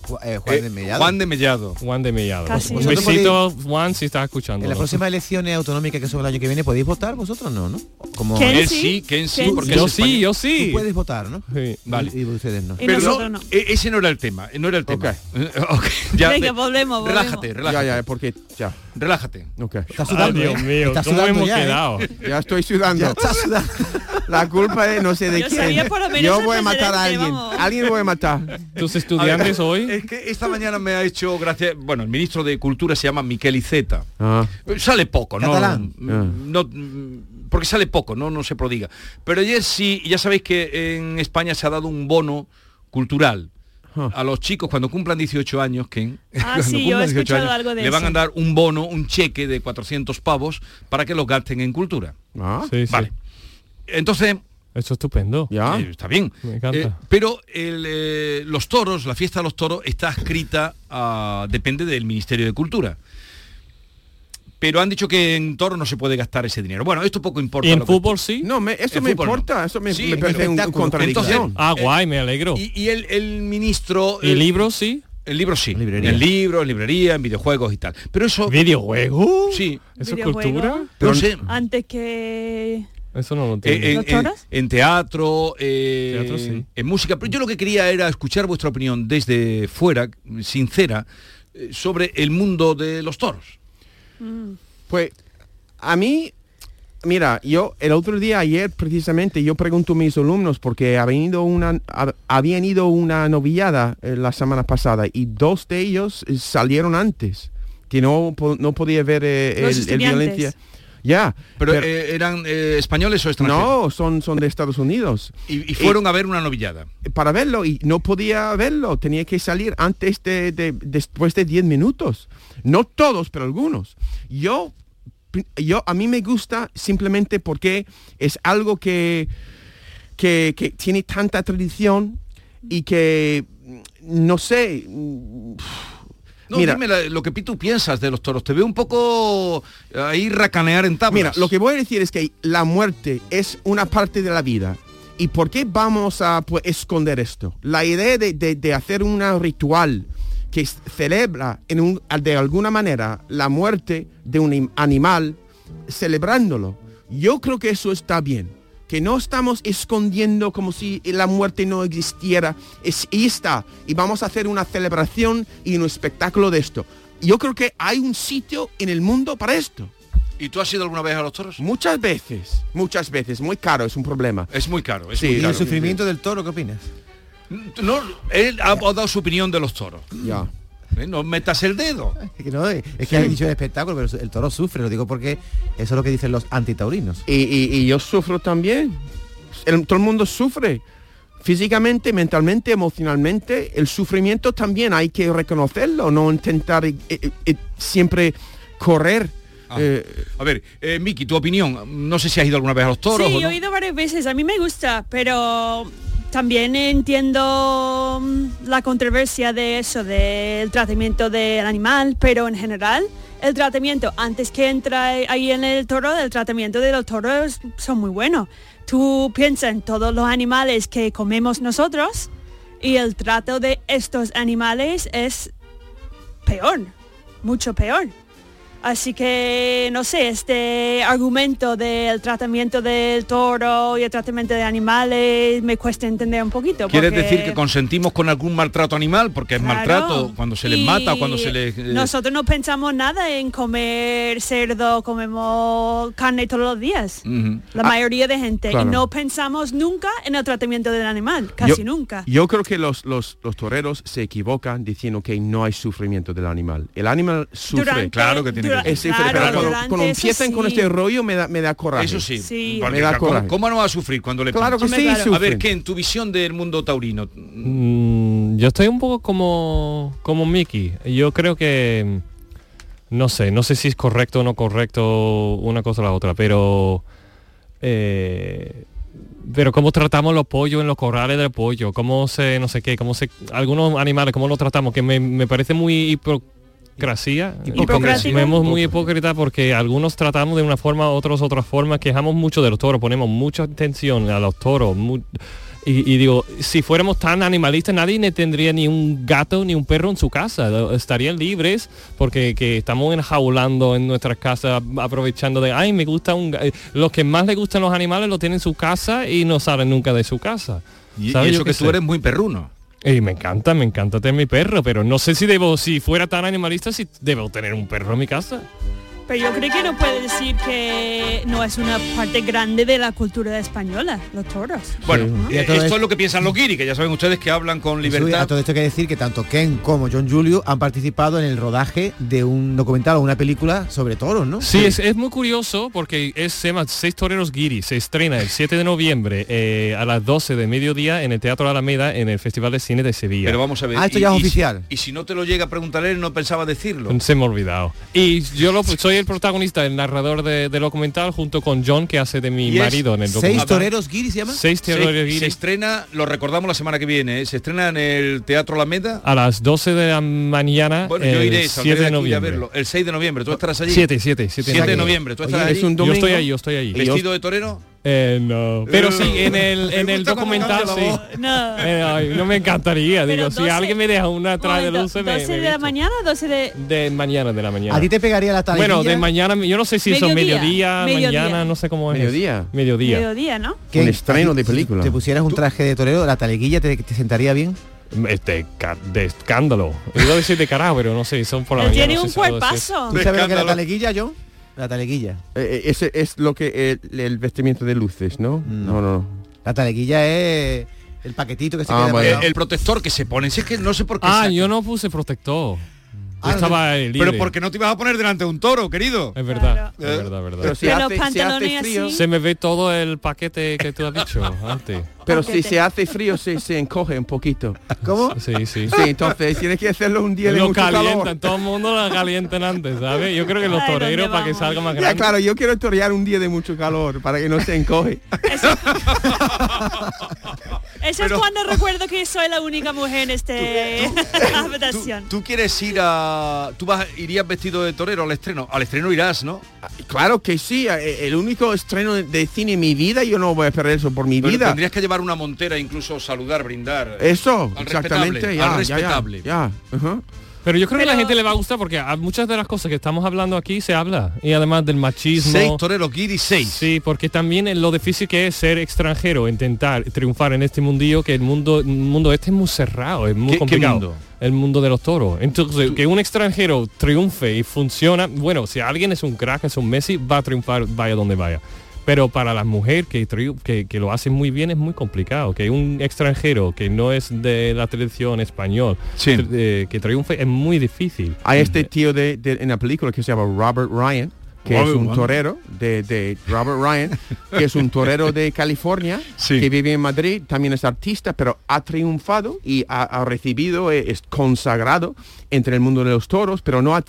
Speaker 6: Ju- eh, Juan
Speaker 2: Eh,
Speaker 6: de Mellado.
Speaker 2: Juan de Mellado.
Speaker 5: Juan de Mellado.
Speaker 3: Casi.
Speaker 5: Un
Speaker 6: Vosotros
Speaker 5: besito, Juan, si estás escuchando.
Speaker 6: En las próximas elecciones autonómicas que son el año que viene, ¿podéis votar vosotros? No, ¿no? Como
Speaker 3: ¿Qué? Él
Speaker 2: Él
Speaker 3: sí,
Speaker 2: sí, que en sí,
Speaker 3: Ken
Speaker 2: porque
Speaker 3: sí.
Speaker 5: Yo
Speaker 2: es español.
Speaker 5: sí, yo
Speaker 6: tú
Speaker 5: sí.
Speaker 6: puedes votar, ¿no?
Speaker 5: Sí.
Speaker 2: Vale.
Speaker 6: Y, y ustedes no.
Speaker 3: Y
Speaker 2: Pero
Speaker 3: nosotros
Speaker 2: no,
Speaker 3: no.
Speaker 2: e- ese no era el tema, eh, no era el tema. Ok, ya,
Speaker 3: Venga,
Speaker 2: re-
Speaker 3: volvemos, volvemos.
Speaker 2: Relájate, relájate,
Speaker 4: Ya, ya, porque ya.
Speaker 2: relájate.
Speaker 4: Ok.
Speaker 6: Está
Speaker 5: Ay,
Speaker 6: sudando.
Speaker 5: Dios
Speaker 6: ¿eh?
Speaker 5: mío,
Speaker 6: Está
Speaker 5: ¿cómo
Speaker 6: sudando
Speaker 5: hemos
Speaker 6: ya, ¿eh?
Speaker 5: quedado?
Speaker 4: Ya estoy sudando.
Speaker 6: Está sudando.
Speaker 4: La culpa es no sé de
Speaker 3: Yo
Speaker 4: quién.
Speaker 3: sabía por lo menos
Speaker 4: Yo
Speaker 3: el
Speaker 4: voy a matar a
Speaker 3: precedente,
Speaker 4: alguien.
Speaker 3: vamos.
Speaker 4: Alguien voy a matar.
Speaker 5: Tus estudiantes
Speaker 2: A ver,
Speaker 5: hoy.
Speaker 2: Es que esta mañana me ha hecho gracia. Bueno, el ministro de Cultura se llama Miquel Iceta.
Speaker 4: Ah.
Speaker 2: Eh, Sale poco, ¿no?
Speaker 6: Catalán.
Speaker 2: Mm, no, mm, porque sale poco, ¿no? No se prodiga. Pero ayer sí, ya sabéis que en España se ha dado un bono cultural. A los chicos cuando cumplan 18 años, que
Speaker 3: Ah, sí, yo he escuchado algo de
Speaker 2: le van
Speaker 3: eso.
Speaker 2: a dar un bono, un cheque de 400 pavos para que los gasten en cultura.
Speaker 4: Ah.
Speaker 5: Sí, sí.
Speaker 2: Vale. Entonces,
Speaker 5: Eso es estupendo.
Speaker 4: Ya.
Speaker 2: eh, está bien.
Speaker 5: Me encanta.
Speaker 2: Eh, pero el, eh, los toros, la fiesta de los toros está escrita a- depende del Ministerio de Cultura. Pero han dicho que en toros no se puede gastar ese dinero. Bueno, esto poco importa.
Speaker 5: Y en
Speaker 2: lo que-
Speaker 5: fútbol sí.
Speaker 4: No, me, eso
Speaker 2: El
Speaker 4: me
Speaker 2: fútbol no.
Speaker 4: importa. Eso me,
Speaker 2: Sí,
Speaker 4: me parece
Speaker 6: pero
Speaker 4: un, un
Speaker 6: espectáculo.
Speaker 4: contradicción.
Speaker 2: Entonces,
Speaker 5: Ah, guay, me alegro.
Speaker 2: Y, y el, el ministro...
Speaker 5: ¿Y
Speaker 2: eh,
Speaker 5: libros sí?
Speaker 2: El libro sí.
Speaker 6: Librería.
Speaker 2: En libros, en librería, en videojuegos y tal. Pero eso...
Speaker 5: ¿Videojuegos?
Speaker 2: Sí.
Speaker 5: ¿Eso es
Speaker 3: Videojuegos.
Speaker 5: cultura?
Speaker 2: No sé.
Speaker 3: Antes que...
Speaker 5: Eso no lo
Speaker 2: En,
Speaker 5: entiendo.
Speaker 2: en-
Speaker 3: ¿Los toros?
Speaker 2: en- en teatro, eh,
Speaker 5: Teatro, sí.
Speaker 2: en música. Pero yo lo que quería era escuchar vuestra opinión desde fuera, sincera, eh, sobre el mundo de los toros.
Speaker 4: Pues a mí, mira, yo el otro día, ayer precisamente, yo pregunto a mis alumnos porque habían ido una, hab- habían ido una novillada eh, la semana pasada y dos de ellos eh, salieron antes, que no, po- no podía ver eh,
Speaker 3: Los
Speaker 4: el, el
Speaker 3: estudiantes.
Speaker 4: violencia. Ya,
Speaker 2: Pero,
Speaker 4: pero-
Speaker 2: eh, eran eh, españoles o extranjeros.
Speaker 4: no, son, son de Estados Unidos.
Speaker 2: Y, y fueron a ver una novillada.
Speaker 4: para verlo y no podía verlo, tenía que salir antes de, de- después de 10 minutos. No todos, pero algunos. Yo, yo a mí me gusta simplemente porque es algo que, que, que tiene tanta tradición y que, no sé,
Speaker 2: No,
Speaker 4: Mira.
Speaker 2: dime la- lo que pi- tú piensas de los toros. Te veo un poco eh, ahí racanear en tablas.
Speaker 4: Mira, lo que voy a decir es que la muerte es una parte de la vida. ¿Y por qué vamos a pues, esconder esto? La idea de, de- de hacer un ritual que s- celebra en un- de alguna manera la muerte de un im- animal, celebrándolo, yo creo que eso está bien. Que no estamos escondiendo como si la muerte no existiera. Es, y está. Y vamos a hacer una celebración y un espectáculo de esto. Yo creo que hay un sitio en el mundo para esto.
Speaker 2: ¿Y tú has ido alguna vez a los toros?
Speaker 4: Muchas veces, muchas veces, muy caro, es un problema.
Speaker 2: Es muy caro. Es
Speaker 4: Sí,
Speaker 2: muy
Speaker 6: ¿Y
Speaker 2: caro.
Speaker 6: el sufrimiento del toro qué opinas?
Speaker 2: No, él ha, ha dado su opinión de los toros.
Speaker 4: Ya.
Speaker 2: ¿Eh? No metas el dedo.
Speaker 6: Es que, no, es que has dicho el espectáculo, pero el toro sufre, lo digo porque eso es lo que dicen los antitaurinos.
Speaker 4: Y, y- y yo sufro también. El- todo el mundo sufre. Físicamente, mentalmente, emocionalmente, el sufrimiento también hay que reconocerlo, no intentar eh, eh, eh, siempre correr.
Speaker 2: Ah.
Speaker 4: eh,
Speaker 2: A ver, eh, Miki, tu opinión. No sé si has ido alguna vez a los toros.
Speaker 3: Sí,
Speaker 2: o
Speaker 3: yo
Speaker 2: no.
Speaker 3: he ido varias veces, a mí me gusta, pero también entiendo mm, la controversia de eso, del tratamiento del animal, pero en general el tratamiento, antes que entra ahí en el toro, el tratamiento de los toros son muy buenos. Tú piensas en todos los animales que comemos nosotros y el trato de estos animales es peor, mucho peor. Así que, no sé, este argumento del tratamiento del toro y el tratamiento de animales me cuesta entender un poquito.
Speaker 2: ¿Quieres
Speaker 3: porque-
Speaker 2: decir que consentimos con algún maltrato animal? Porque es
Speaker 3: Claro.
Speaker 2: maltrato cuando se les
Speaker 3: Y
Speaker 2: mata o cuando se les... eh,
Speaker 3: Nosotros no pensamos nada en comer cerdo, comemos carne todos los días.
Speaker 2: Ujú.
Speaker 3: La mayoría de gente.
Speaker 4: claro.
Speaker 3: Y no pensamos nunca en el tratamiento del animal, casi
Speaker 4: yo,
Speaker 3: nunca.
Speaker 4: Yo creo que los, los, los toreros se equivocan diciendo que no hay sufrimiento del animal. El animal sufre.
Speaker 3: Durante-
Speaker 2: claro que tiene que
Speaker 3: dura-
Speaker 2: sufrir.
Speaker 4: Es sufre, pero
Speaker 3: claro,
Speaker 4: cuando,
Speaker 3: durante
Speaker 4: cuando
Speaker 3: eso
Speaker 4: empiezan con
Speaker 3: sí.
Speaker 4: este rollo me da, me da coraje.
Speaker 2: Eso sí.
Speaker 3: Sí.
Speaker 2: porque,
Speaker 4: Me da
Speaker 2: ¿cómo-
Speaker 4: coraje.
Speaker 2: ¿Cómo no va a sufrir cuando le
Speaker 4: Claro que
Speaker 2: pinchan?
Speaker 3: Hombre,
Speaker 4: sí,
Speaker 3: claro. A
Speaker 2: A ver,
Speaker 4: sufren.
Speaker 2: ¿qué en tu visión del mundo taurino?
Speaker 5: Mm, yo estoy un poco como como Mickey. Yo creo que mm, no sé, no sé si es correcto o no correcto una cosa o la otra, pero eh, pero cómo tratamos los pollos en los corrales del pollo, cómo se no sé qué, cómo se algunos animales cómo los tratamos que me, me parece muy hipocresía.
Speaker 3: Hipocresía.
Speaker 5: Me hemos muy hipócrita porque algunos tratamos de una forma, otros otra forma, quejamos mucho de los toros, ponemos mucha atención a los toros, mu- Y, y digo, si fuéramos tan animalistas, nadie ne- tendría ni un gato ni un perro en su casa. Lo- Estarían libres porque que estamos enjaulando en nuestras casas, aprovechando de, ay, me gusta un... ga-". Eh, Los que más les gustan los animales lo tienen en su casa y no salen nunca de su casa.
Speaker 2: Y, y
Speaker 5: ¿Sabes? Yo
Speaker 2: eso
Speaker 5: qué
Speaker 2: que tú
Speaker 5: sé.
Speaker 2: eres muy perruno.
Speaker 5: Y me encanta, me encanta tener mi perro, pero no sé si debo, si fuera tan animalista, si debo tener un perro en mi casa.
Speaker 3: Pero yo creo que no puede decir que no es una parte grande de la cultura española, los toros.
Speaker 2: Bueno,
Speaker 6: Y a
Speaker 2: eh,
Speaker 6: todo
Speaker 2: esto
Speaker 6: esto-
Speaker 2: es lo que piensan los guiri, que ya saben ustedes que hablan con
Speaker 6: Eso, A
Speaker 2: libertad.
Speaker 6: todo esto hay que decir que tanto Ken como John Julio han participado en el rodaje de un documental o una película sobre toros, ¿no?
Speaker 5: Sí, es, es muy curioso porque es, se llama Seis Toreros Guiri, se estrena el 7 de noviembre eh, a las 12 de mediodía en el Teatro Alameda en el Festival de Cine de Sevilla.
Speaker 2: Pero vamos a ver.
Speaker 6: Ah, esto
Speaker 2: y-
Speaker 6: ya es
Speaker 2: y si-
Speaker 6: oficial.
Speaker 2: Y si no te lo llega a preguntar él, no pensaba decirlo.
Speaker 5: Se me ha olvidado. Y yo lo, soy el protagonista, el narrador de- del documental, junto con John, que hace de mi
Speaker 2: Y es
Speaker 5: marido en el
Speaker 6: Seis
Speaker 5: documental.
Speaker 6: toreros guiris se llama.
Speaker 5: Seis
Speaker 2: Se,
Speaker 5: Toreros Guiri.
Speaker 2: se estrena, lo recordamos la semana que viene, ¿eh? se estrena en el Teatro Alameda.
Speaker 5: a las 12 de la mañana,
Speaker 2: Bueno,
Speaker 5: el
Speaker 2: yo iré, saldré
Speaker 5: 7
Speaker 2: de
Speaker 5: de
Speaker 2: aquí a
Speaker 5: noviembre.
Speaker 2: verlo. El 6 de noviembre, tú estarás allí.
Speaker 5: 7, 7, 7
Speaker 2: 7 de noviembre, tú
Speaker 4: Oye,
Speaker 2: estás
Speaker 4: es
Speaker 2: allí.
Speaker 4: un
Speaker 5: Yo estoy
Speaker 4: domingo.
Speaker 5: ahí, yo estoy ahí.
Speaker 2: Vestido de torero.
Speaker 5: Eh, no. Pero sí, en el,
Speaker 2: Uh. Me
Speaker 5: en el
Speaker 2: gusta cómo
Speaker 5: documental
Speaker 2: cambia
Speaker 5: sí.
Speaker 2: la voz.
Speaker 3: No.
Speaker 5: Eh, ay, no me encantaría,
Speaker 3: Pero
Speaker 5: digo, si
Speaker 3: 12,
Speaker 5: alguien me deja una atrás de
Speaker 3: Momento,
Speaker 5: luces me,
Speaker 3: 12
Speaker 5: me
Speaker 3: de la
Speaker 5: visto.
Speaker 3: mañana, 12 de...
Speaker 5: De mañana, de la mañana.
Speaker 6: A ti te pegaría la tarde.
Speaker 5: bueno, de mañana, yo no sé si eso es mediodía,
Speaker 3: Mediodía, mediodía.
Speaker 5: mañana, no sé cómo es.
Speaker 4: Mediodía.
Speaker 5: Mediodía.
Speaker 3: Mediodía, ¿no?
Speaker 6: Ken,
Speaker 4: Un estreno de
Speaker 6: si- si
Speaker 4: película.
Speaker 6: te pusieras un traje de torero, la taleguilla te, te sentaría bien.
Speaker 5: Este, ca- de escándalo. Iba a decir de carajo, pero no sé, son por la
Speaker 3: Él
Speaker 5: mañana.
Speaker 3: tiene
Speaker 5: no sé
Speaker 3: un
Speaker 5: si puedo decir.
Speaker 3: cuerpazo.
Speaker 6: ¿Tú sabes lo que es la
Speaker 2: escándalo.
Speaker 6: taleguilla, John? La taleguilla.
Speaker 4: Eh, eh, ese es lo que el, el vestimiento de luces, ¿no? No, no.
Speaker 6: La taleguilla es el paquetito que se
Speaker 4: Ah,
Speaker 6: queda
Speaker 4: vale.
Speaker 2: El,
Speaker 6: pegado.
Speaker 2: el protector que se pone. Si es que no sé por qué.
Speaker 5: Ah,
Speaker 2: saca-
Speaker 5: yo no puse protector. Yo
Speaker 6: Ah,
Speaker 5: estaba eh, libre.
Speaker 2: Pero porque no te ibas a poner delante de un toro, querido.
Speaker 5: Es verdad,
Speaker 2: Claro.
Speaker 5: es verdad, es verdad.
Speaker 4: Pero si
Speaker 3: Pero
Speaker 4: hace, si hace
Speaker 3: pantalones
Speaker 4: frío,
Speaker 3: así.
Speaker 5: Se me ve todo el paquete que tú has dicho antes.
Speaker 4: pero si
Speaker 3: Paquete.
Speaker 4: se hace frío se, se encoge un poquito.
Speaker 6: ¿Cómo?
Speaker 5: Sí, sí.
Speaker 4: Sí, entonces tienes que hacerlo un día de
Speaker 5: Lo
Speaker 4: mucho calor.
Speaker 5: calientan, todo el mundo lo calientan antes, ¿sabes? Yo creo que los
Speaker 3: Ay, ¿dónde
Speaker 5: toreros para que
Speaker 3: vamos?
Speaker 5: salga más
Speaker 4: Ya,
Speaker 5: grande.
Speaker 4: claro, yo quiero torear un día de mucho calor para que no se encoge.
Speaker 3: Eso
Speaker 2: Pero-
Speaker 3: es cuando recuerdo que soy la única mujer en esta
Speaker 2: Tú,
Speaker 3: habitación.
Speaker 2: tú quieres ir a... Tú vas, irías vestido de torero al estreno. Al estreno irás, ¿no?
Speaker 4: Claro que sí, eh, el único estreno de cine en mi vida, yo no voy a perder eso por mi
Speaker 2: Pero
Speaker 4: vida.
Speaker 2: tendrías que llevar una montera, incluso saludar, brindar.
Speaker 4: Eso,
Speaker 2: Al
Speaker 4: exactamente,
Speaker 2: respetable,
Speaker 4: ya,
Speaker 2: al
Speaker 4: ya, ya,
Speaker 2: respetable.
Speaker 4: Ya, ajá.
Speaker 5: Pero yo creo que la
Speaker 3: Pero-
Speaker 5: gente le va a gustar porque a muchas de las cosas que estamos hablando aquí se habla. Y además del machismo.
Speaker 2: Seis toreros, guiri, seis.
Speaker 5: Sí, porque también es lo difícil que es ser extranjero, intentar triunfar en este mundillo, que el mundo, el mundo este es muy cerrado, es
Speaker 2: ¿Qué-
Speaker 5: muy
Speaker 2: qué
Speaker 5: complicado.
Speaker 2: mundo?
Speaker 5: El mundo de los toros. Entonces, que un extranjero triunfe y funciona, bueno, si alguien es un crack, es un Messi, va a triunfar, vaya donde vaya. Pero para las mujeres que, triu- que, que lo hacen muy bien es muy complicado. Que un extranjero que no es de la tradición español,
Speaker 2: Sí.
Speaker 5: tr- eh, que triunfe, es muy difícil.
Speaker 4: Hay este tío de, de- en la película que se llama Robert Ryan, que
Speaker 2: Robert
Speaker 4: es un
Speaker 2: Ryan.
Speaker 4: torero de, de Robert Ryan, que es un torero de California,
Speaker 2: Sí.
Speaker 4: que vive en Madrid, también es artista, pero ha triunfado y ha, ha recibido, eh, es consagrado entre el mundo de los toros, pero no ha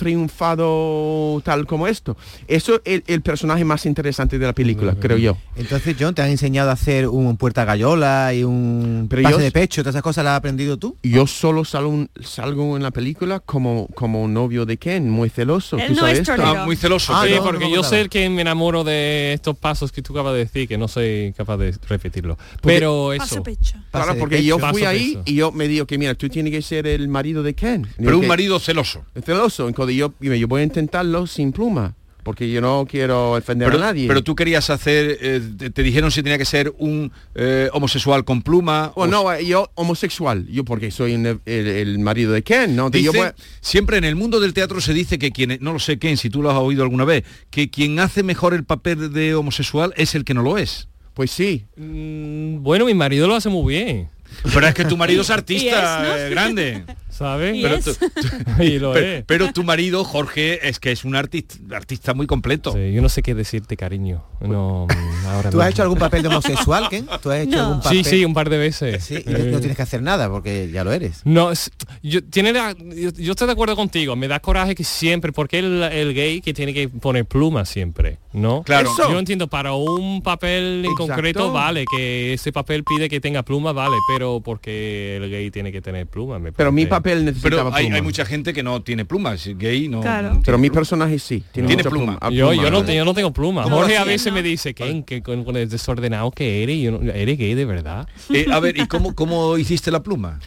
Speaker 4: triunfado tal como esto. Eso es el personaje más interesante de la película, creo yo.
Speaker 6: Entonces, John, te han enseñado a hacer un puerta gallola y un
Speaker 4: Pero
Speaker 6: pase
Speaker 4: yo-
Speaker 6: de pecho, todas esas cosas las has aprendido tú.
Speaker 4: Yo solo salgo, salgo en la película como, como novio de Ken, muy celoso.
Speaker 3: Él
Speaker 4: ¿tú
Speaker 3: no
Speaker 4: sabes
Speaker 3: es
Speaker 4: esto?
Speaker 3: torero.
Speaker 2: Ah, muy celoso.
Speaker 6: Ah,
Speaker 5: Sí,
Speaker 2: pero-
Speaker 6: no,
Speaker 5: porque
Speaker 6: no me
Speaker 5: yo
Speaker 6: acordaba.
Speaker 5: sé que me enamoro de estos pasos que tú acabas de decir, que no soy capaz de repetirlo. Pero
Speaker 3: Paso
Speaker 5: eso.
Speaker 3: pecho.
Speaker 6: Pase
Speaker 4: Claro,
Speaker 6: de
Speaker 4: porque
Speaker 6: pecho.
Speaker 4: yo
Speaker 5: Paso
Speaker 4: fui
Speaker 5: de
Speaker 4: ahí
Speaker 5: peso.
Speaker 4: y yo me digo que mira, tú tienes que ser el marido de Ken. Y
Speaker 2: Pero
Speaker 4: yo
Speaker 2: un
Speaker 4: que-
Speaker 2: marido celoso.
Speaker 4: celoso, entonces yo, dime, yo voy a intentarlo sin pluma, porque yo no quiero ofender
Speaker 2: Pero,
Speaker 4: a nadie.
Speaker 2: pero tú querías hacer, eh, te, te dijeron si tenía que ser un eh, homosexual con pluma.
Speaker 4: o no, eh, yo homosexual, yo porque soy un- el, el marido de Ken, ¿no? Entonces yo
Speaker 2: Dicen-
Speaker 4: voy-
Speaker 2: siempre en el mundo del teatro se dice que quien, no lo sé Ken, si tú lo has oído alguna vez, que quien hace mejor el papel de homosexual es el que no lo es.
Speaker 4: pues sí.
Speaker 5: Mm, Bueno, mi marido lo hace muy bien,
Speaker 2: Pero es que tu marido es
Speaker 3: Y es,
Speaker 2: artista
Speaker 3: ¿no?
Speaker 2: eh, grande.
Speaker 5: ¿sabes?
Speaker 3: Y
Speaker 2: Pero,
Speaker 3: es.
Speaker 2: tu,
Speaker 5: Y lo
Speaker 2: pero,
Speaker 5: es.
Speaker 2: pero tu marido, Jorge, es que es un artista, artista muy completo.
Speaker 5: Sí, yo no sé qué decirte, cariño. No, mm, ahora
Speaker 6: ¿Tú has
Speaker 5: mismo.
Speaker 6: hecho algún papel de homosexual, Ken? ¿Tú has hecho
Speaker 3: No.
Speaker 6: algún
Speaker 5: Sí,
Speaker 6: papel?
Speaker 5: sí, un par de veces.
Speaker 6: Sí, y
Speaker 5: Eh,
Speaker 6: no tienes que hacer nada porque ya lo eres.
Speaker 5: No, es- yo, tiene la- yo, yo estoy de acuerdo contigo, me da coraje que siempre, porque el, el gay que tiene que poner pluma siempre, ¿no?
Speaker 2: Claro. Eso.
Speaker 5: Yo entiendo, para un papel en
Speaker 4: Exacto.
Speaker 5: concreto vale, que ese papel pide que tenga pluma, vale, pero porque el gay tiene que tener pluma. me
Speaker 4: Pero mi
Speaker 5: parece.
Speaker 4: papel necesitaba
Speaker 2: Pero hay,
Speaker 4: pluma.
Speaker 2: hay mucha gente que no tiene plumas, gay no.
Speaker 3: Claro.
Speaker 4: Pero mi personaje sí. Tiene,
Speaker 2: Tiene
Speaker 4: mucha
Speaker 2: pluma.
Speaker 4: Ah,
Speaker 5: Yo, yo, no,
Speaker 4: vale.
Speaker 5: yo no tengo pluma.
Speaker 2: ¿Cómo
Speaker 5: Jorge
Speaker 2: lo
Speaker 5: a
Speaker 2: hacía?
Speaker 5: veces me dice, Ken, que con, con el desordenado que eres, y yo no- eres gay de verdad.
Speaker 2: Eh, a ver, ¿y cómo, cómo hiciste la pluma?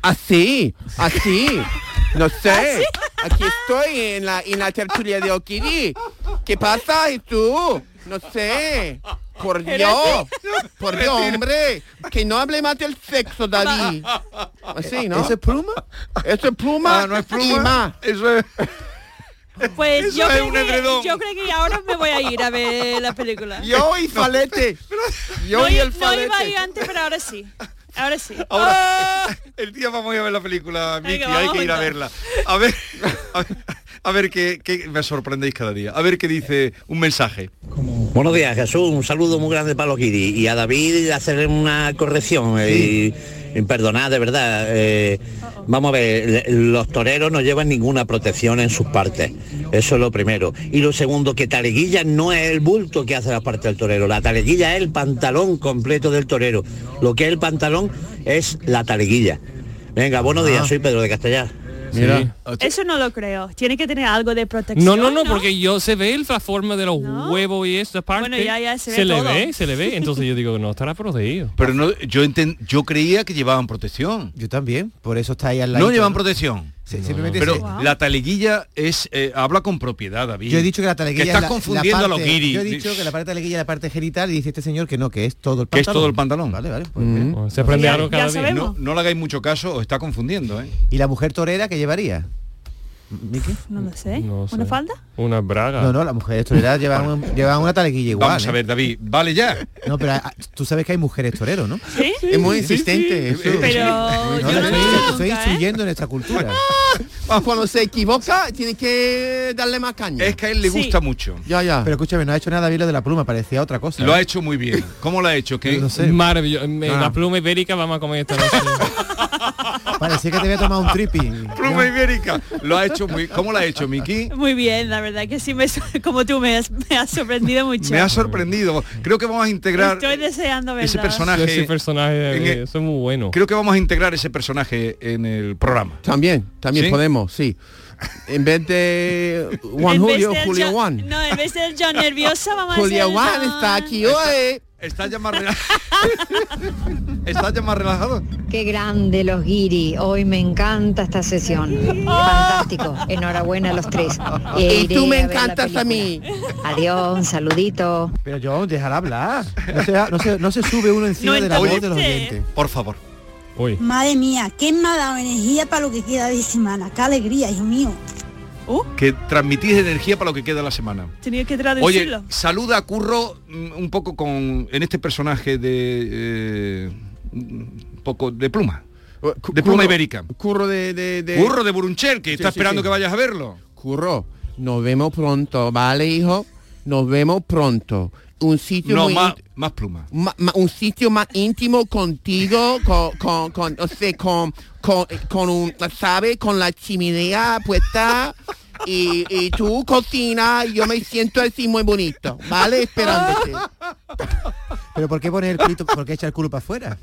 Speaker 4: Así, así. No sé. Aquí estoy en la, en la tertulia de Okiri. ¿Qué pasa? ¿Y tú? No sé. Por Dios. Por Dios, hombre. Que no hable más del sexo,
Speaker 2: Eh,
Speaker 4: David. Así, ¿no?
Speaker 6: ¿Eso es pluma?
Speaker 4: Esto es pluma.
Speaker 2: Ah, no es
Speaker 4: Y más.
Speaker 2: pluma. Eso es.
Speaker 3: Pues
Speaker 2: Eso
Speaker 3: yo
Speaker 2: es
Speaker 3: creo,
Speaker 2: un edredón.
Speaker 3: que, yo creo que ahora me voy a ir a ver la película.
Speaker 4: Yo y Falete. Yo
Speaker 3: no,
Speaker 4: y
Speaker 3: i-
Speaker 4: el
Speaker 3: no iba a
Speaker 4: Falete.
Speaker 3: ir antes, pero ahora sí. Ahora sí.
Speaker 2: Ahora, el día vamos a ir a ver la película, Miki,
Speaker 3: Venga,
Speaker 2: hay
Speaker 3: vamos
Speaker 2: que ir a
Speaker 3: juntos.
Speaker 2: verla. A ver, a ver, a ver qué, qué- me sorprendéis cada día. A ver qué dice un mensaje.
Speaker 7: Buenos días, Jesús. Un saludo muy grande para los guiris. Y a David hacerle una corrección. eh, y, y perdonad, de verdad. eh, vamos a ver, le- los toreros no llevan ninguna protección en sus partes. Eso es lo primero. Y lo segundo, que taleguilla no es el bulto que hace la parte del torero. La taleguilla es el pantalón completo del torero. Lo que es el pantalón es la taleguilla. Venga, buenos días. Soy Pedro de Castellar.
Speaker 5: Sí.
Speaker 3: Eso no lo creo. Tiene que tener algo de protección.
Speaker 5: No, no, no, porque yo se ve la forma de los huevos y esta parte.
Speaker 3: Bueno, ya, ya, se ve
Speaker 5: le
Speaker 3: todo.
Speaker 5: ve, se le ve. Entonces yo digo, no, estará protegido.
Speaker 2: Pero no, yo enten- yo creía que llevaban protección.
Speaker 6: Yo también, por eso está ahí al lado.
Speaker 2: No llevan protección.
Speaker 6: Sí, simplemente
Speaker 2: Pero
Speaker 6: se-
Speaker 3: Wow.
Speaker 2: la taleguilla es eh, habla con propiedad, David.
Speaker 6: Yo he dicho que la taleguilla
Speaker 2: Que
Speaker 6: es
Speaker 2: estás
Speaker 6: la- la
Speaker 2: confundiendo a
Speaker 6: parte-
Speaker 2: los guiris.
Speaker 6: Yo he dicho que la parte taleguilla es la parte genital y dice este señor que no, que es todo el pantalón.
Speaker 2: Que es todo el pantalón.
Speaker 6: Vale, vale.
Speaker 5: Mm.
Speaker 6: pues, mira.
Speaker 5: Se aprende
Speaker 3: Ya-
Speaker 5: algo
Speaker 3: ya
Speaker 5: cada
Speaker 3: sabemos.
Speaker 2: No,
Speaker 5: día.
Speaker 2: no le hagáis mucho caso, os está confundiendo, ¿eh?
Speaker 6: ¿Y la mujer torera qué llevaría? ¿Miki?
Speaker 3: No lo sé.
Speaker 5: No
Speaker 3: ¿Una
Speaker 5: sé.
Speaker 3: falda?
Speaker 5: Una braga.
Speaker 6: No, no, las mujeres toreras llevan, un- llevan una taleguilla igual.
Speaker 2: Vamos a
Speaker 6: ¿eh?
Speaker 2: ver, David, vale ya.
Speaker 6: No, pero ah, tú sabes que hay mujeres toreros, ¿no?
Speaker 3: Sí.
Speaker 4: Es muy insistente. eso.
Speaker 3: Pero
Speaker 6: No,
Speaker 3: yo no
Speaker 6: estoy-
Speaker 3: lo he visto
Speaker 6: estoy
Speaker 3: nunca, ¿eh?
Speaker 6: instruyendo en esta cultura.
Speaker 4: Cuando se equivoca, tiene que darle más caña.
Speaker 2: Es que a él le
Speaker 3: Sí.
Speaker 2: gusta mucho.
Speaker 4: Ya, ya.
Speaker 6: Pero escúchame, no ha hecho nada David lo de la pluma, parecía otra cosa.
Speaker 2: Lo ha
Speaker 6: ¿eh?
Speaker 2: hecho muy bien. ¿Cómo lo ha hecho? ¿Qué?
Speaker 6: No sé,
Speaker 5: Maravilloso. Me-
Speaker 6: Ah.
Speaker 5: La pluma ibérica vamos a comer esta noche.
Speaker 6: parecía que te había tomado un trippy.
Speaker 2: Pluma ibérica. Lo ha hecho muy. ¿Cómo lo ha hecho, Miki?
Speaker 3: Muy bien, la verdad que sí, me, como tú me has, me has sorprendido mucho.
Speaker 2: Me ha sorprendido. Creo que vamos a integrar
Speaker 3: Estoy deseando verla.
Speaker 2: ese personaje.
Speaker 5: Ese personaje,
Speaker 2: en
Speaker 5: eh,
Speaker 2: el-
Speaker 5: eso es muy bueno.
Speaker 2: Creo que vamos a integrar ese personaje en el programa.
Speaker 4: También, también
Speaker 2: ¿Sí?
Speaker 4: podemos, sí. En vez de Juan
Speaker 3: En vez
Speaker 4: Julio,
Speaker 3: del
Speaker 4: Julio
Speaker 3: John-
Speaker 4: Juan.
Speaker 3: No, en vez del John nerviosa, vamos a
Speaker 4: Julio
Speaker 3: hacer el
Speaker 4: Juan
Speaker 3: John-
Speaker 4: está aquí hoy.
Speaker 2: Está ya más relajado. Está ya más relajado.
Speaker 8: Qué grande los guiri. Hoy me encanta esta sesión. Fantástico. Enhorabuena a los tres.
Speaker 4: Y
Speaker 8: iré
Speaker 4: tú me
Speaker 8: a ver la
Speaker 4: encantas a mí.
Speaker 8: película. Adiós, un saludito.
Speaker 6: Pero yo, dejar hablar. No se, no se- no se sube uno encima
Speaker 3: No
Speaker 6: de la voz de
Speaker 3: entendiste.
Speaker 6: los oyentes.
Speaker 2: Por favor.
Speaker 5: Uy.
Speaker 9: Madre mía, ¿quién me ha dado energía para lo que queda de semana? ¡Qué alegría, hijo mío!
Speaker 2: Que transmitís energía para lo que queda la semana.
Speaker 3: Tenía que
Speaker 2: Oye,
Speaker 3: traducirlo.
Speaker 2: saluda a Curro mm, un poco con en este personaje de eh, un poco de pluma. De pluma ibérica.
Speaker 4: Uh, Curro de... de, de-
Speaker 2: Curro de Burunchel, que está
Speaker 4: sí,
Speaker 2: esperando
Speaker 4: sí.
Speaker 2: que vayas a verlo.
Speaker 4: Curro, nos vemos pronto, ¿vale, hijo? Nos vemos pronto. Un sitio
Speaker 2: No,
Speaker 4: muy
Speaker 2: más,
Speaker 4: ínt-
Speaker 2: más pluma.
Speaker 4: ma- ma- un sitio más íntimo contigo, con, con, con, no sé, con, con, con un, ¿sabes? Con la chimenea puesta. Y, y tú cocinas y yo me siento así muy bonito, ¿vale? Esperándote.
Speaker 6: Pero ¿por qué poner el culito, por qué echar el culo para afuera?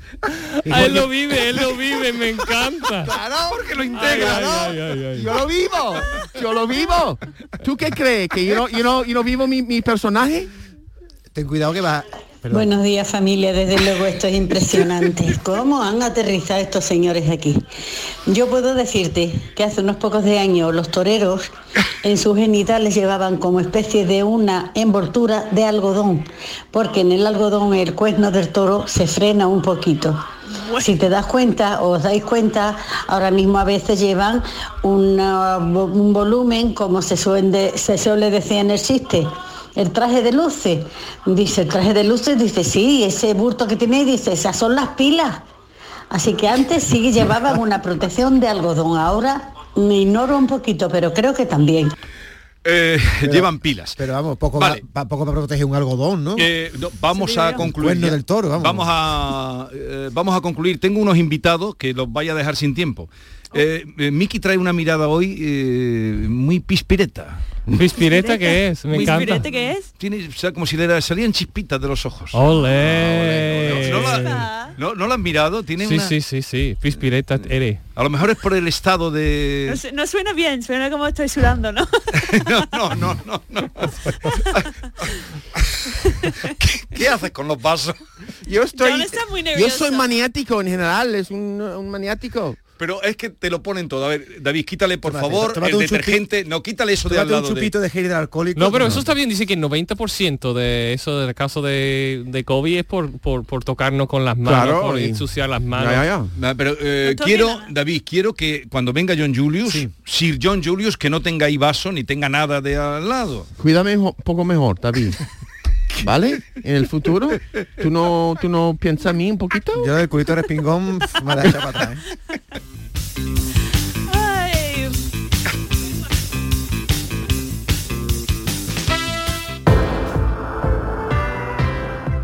Speaker 6: Y
Speaker 5: Ah, él
Speaker 6: porque-
Speaker 5: lo vive, él lo vive, me encanta.
Speaker 4: Claro, porque lo
Speaker 5: Ay, ay, ay, ay.
Speaker 4: Yo lo vivo, yo lo vivo. ¿Tú qué crees? ¿Que yo no, yo no, yo no vivo mi, mi personaje?
Speaker 6: Ten cuidado que va. Perdón.
Speaker 9: Buenos días familia, desde luego esto es impresionante. ¿Cómo han aterrizado estos señores aquí? Yo puedo decirte que hace unos pocos de años los toreros en sus genitales llevaban como especie de una envoltura de algodón, porque en el algodón el cuerno del toro se frena un poquito. Si te das cuenta o os dais cuenta, ahora mismo a veces llevan una- un volumen, como se, suende- se suele decir en el chiste, el traje de luces. Dice, el traje de luces, dice, sí, ese bulto que tiene, dice, esas son las pilas. Así que antes sí llevaban una protección de algodón, ahora me ignoro un poquito, pero creo que también.
Speaker 2: Eh, llevan pilas.
Speaker 6: Pero vamos, poco
Speaker 2: Vale.
Speaker 6: va- pa- poco para proteger un algodón, ¿no?
Speaker 2: Eh, no, vamos a concluir.
Speaker 6: Cuerno
Speaker 2: ya.
Speaker 6: del toro, vamos.
Speaker 2: a eh, vamos a concluir. Tengo unos invitados que los vaya a dejar sin tiempo. Eh, eh, Miki trae una mirada hoy eh, muy pispireta.
Speaker 5: ¿Pispireta qué es? Me
Speaker 3: Luis
Speaker 5: encanta.
Speaker 3: Pirete, ¿qué es?
Speaker 2: Ah, Tiene, o sea, como si le salían chispitas de los ojos.
Speaker 5: Ole.
Speaker 2: No la-
Speaker 3: Ah,
Speaker 2: ¿No, ¿No lo han mirado? Tiene
Speaker 5: Sí,
Speaker 2: una- Eh,
Speaker 5: sí, sí, sí. Pispireta eres.
Speaker 2: A lo mejor es por el estado
Speaker 3: No,
Speaker 2: de...
Speaker 3: su- no suena bien, suena como estoy sudando, ¿no?
Speaker 2: No, no, no, no. ¿Qué, qué haces con los vasos?
Speaker 4: Yo estoy.
Speaker 3: John está muy
Speaker 4: yo
Speaker 3: nervioso.
Speaker 4: soy maniático en general, es un, un maniático.
Speaker 2: Pero es que te lo ponen todo. A ver, David, quítale, por
Speaker 6: Tómate,
Speaker 2: favor,
Speaker 6: tómate
Speaker 2: el
Speaker 6: un chupi-
Speaker 2: detergente. No, quítale eso de al
Speaker 6: Tómate un
Speaker 2: lado de-
Speaker 6: chupito de, gel alcohólico.
Speaker 5: No, pero eso está bien. Dice que el 90% de eso del caso de, de COVID es por, por, por tocarnos con las manos,
Speaker 4: Claro,
Speaker 5: por
Speaker 4: y-
Speaker 5: ensuciar las manos.
Speaker 4: Ya, ya, ya.
Speaker 2: No, pero eh,
Speaker 3: No toque
Speaker 2: quiero,
Speaker 3: nada.
Speaker 2: David, quiero que cuando venga John Julius, Sir John Julius, que no tenga ahí vaso ni tenga nada de al lado.
Speaker 4: Cuídame un poco mejor, David. ¿Vale? En el futuro. ¿Tú no, tú no piensas a mí un poquito?
Speaker 6: Yo del culito respingón pf, me la echa para atrás. ¿eh?
Speaker 3: Ay,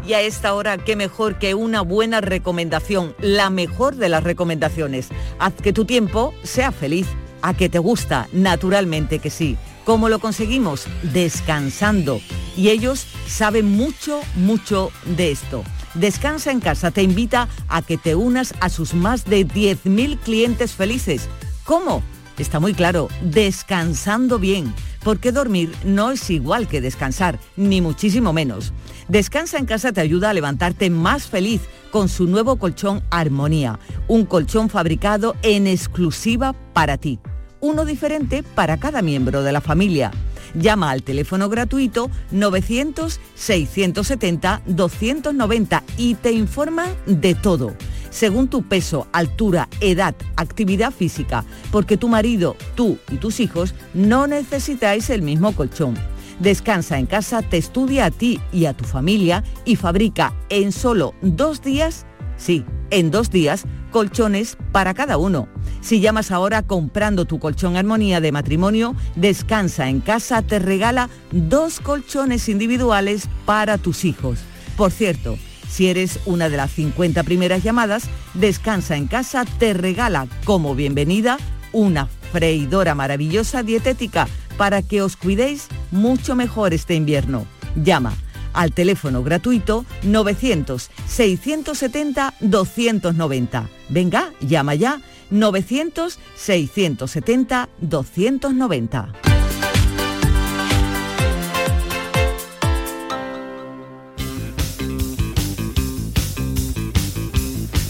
Speaker 10: Y a esta hora, qué mejor que una buena recomendación, la mejor de las recomendaciones. Haz que tu tiempo sea feliz, a que te gusta, naturalmente que sí. ¿Cómo lo conseguimos? Descansando. Y ellos saben mucho, mucho de esto. Descansa en casa te invita a que te unas a sus más de 10.000 clientes felices. ¿Cómo? Está muy claro, descansando bien, porque dormir no es igual que descansar, ni muchísimo menos. Descansa en casa te ayuda a levantarte más feliz con su nuevo colchón Armonía, un colchón fabricado en exclusiva para ti, uno diferente para cada miembro de la familia. Llama al teléfono gratuito 900-670-290 y te informa de todo, según tu peso, altura, edad, actividad física, porque tu marido, tú y tus hijos no necesitáis el mismo colchón. Descansa en casa, te estudia a ti y a tu familia y fabrica en solo dos días Sí, en dos días, colchones para cada uno. Si llamas ahora comprando tu colchón Armonía de matrimonio, Descansa en casa te regala dos colchones individuales para tus hijos. Por cierto, si eres una de las 50 primeras llamadas, Descansa en casa te regala como bienvenida una freidora maravillosa dietética para que os cuidéis mucho mejor este invierno. Llama al teléfono gratuito 900-670-290. Venga, llama ya 900-670-290.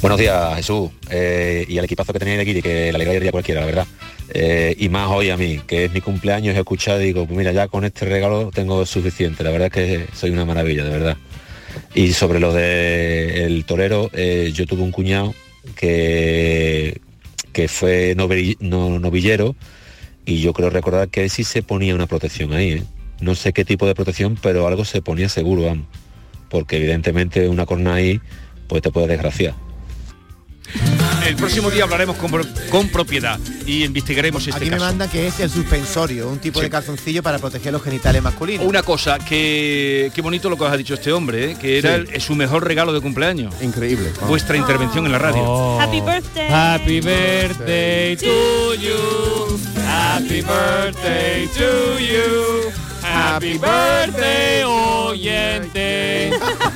Speaker 11: Buenos días, Jesús. Eh, y al equipazo que tenéis aquí, de que la alegra el día a cualquiera, la verdad. Eh, y más hoy a mí, que es mi cumpleaños, he escuchado y digo, pues mira, ya con este regalo tengo suficiente. La verdad es que soy una maravilla, de verdad. Y sobre lo del torero, eh, yo tuve un cuñado que, que fue noveri- no- novillero y yo creo recordar que él sí se ponía una protección ahí. ¿eh? No sé qué tipo de protección, pero algo se ponía seguro, vamos. Porque evidentemente una corna ahí, pues te puede desgraciar.
Speaker 2: El próximo día hablaremos con, pro- con propiedad y investigaremos este
Speaker 6: Aquí me
Speaker 2: caso.
Speaker 6: manda que es el suspensorio, un tipo
Speaker 2: Sí.
Speaker 6: de calzoncillo para proteger los genitales masculinos.
Speaker 2: Una cosa, que qué bonito lo que os ha dicho este hombre, ¿eh? que era
Speaker 4: Sí.
Speaker 2: el- su mejor regalo de cumpleaños.
Speaker 4: Increíble. vamos.
Speaker 2: Vuestra intervención en la radio.
Speaker 5: Oh.
Speaker 3: Happy birthday.
Speaker 5: Happy birthday to you. Happy birthday to you. Happy birthday, oyente.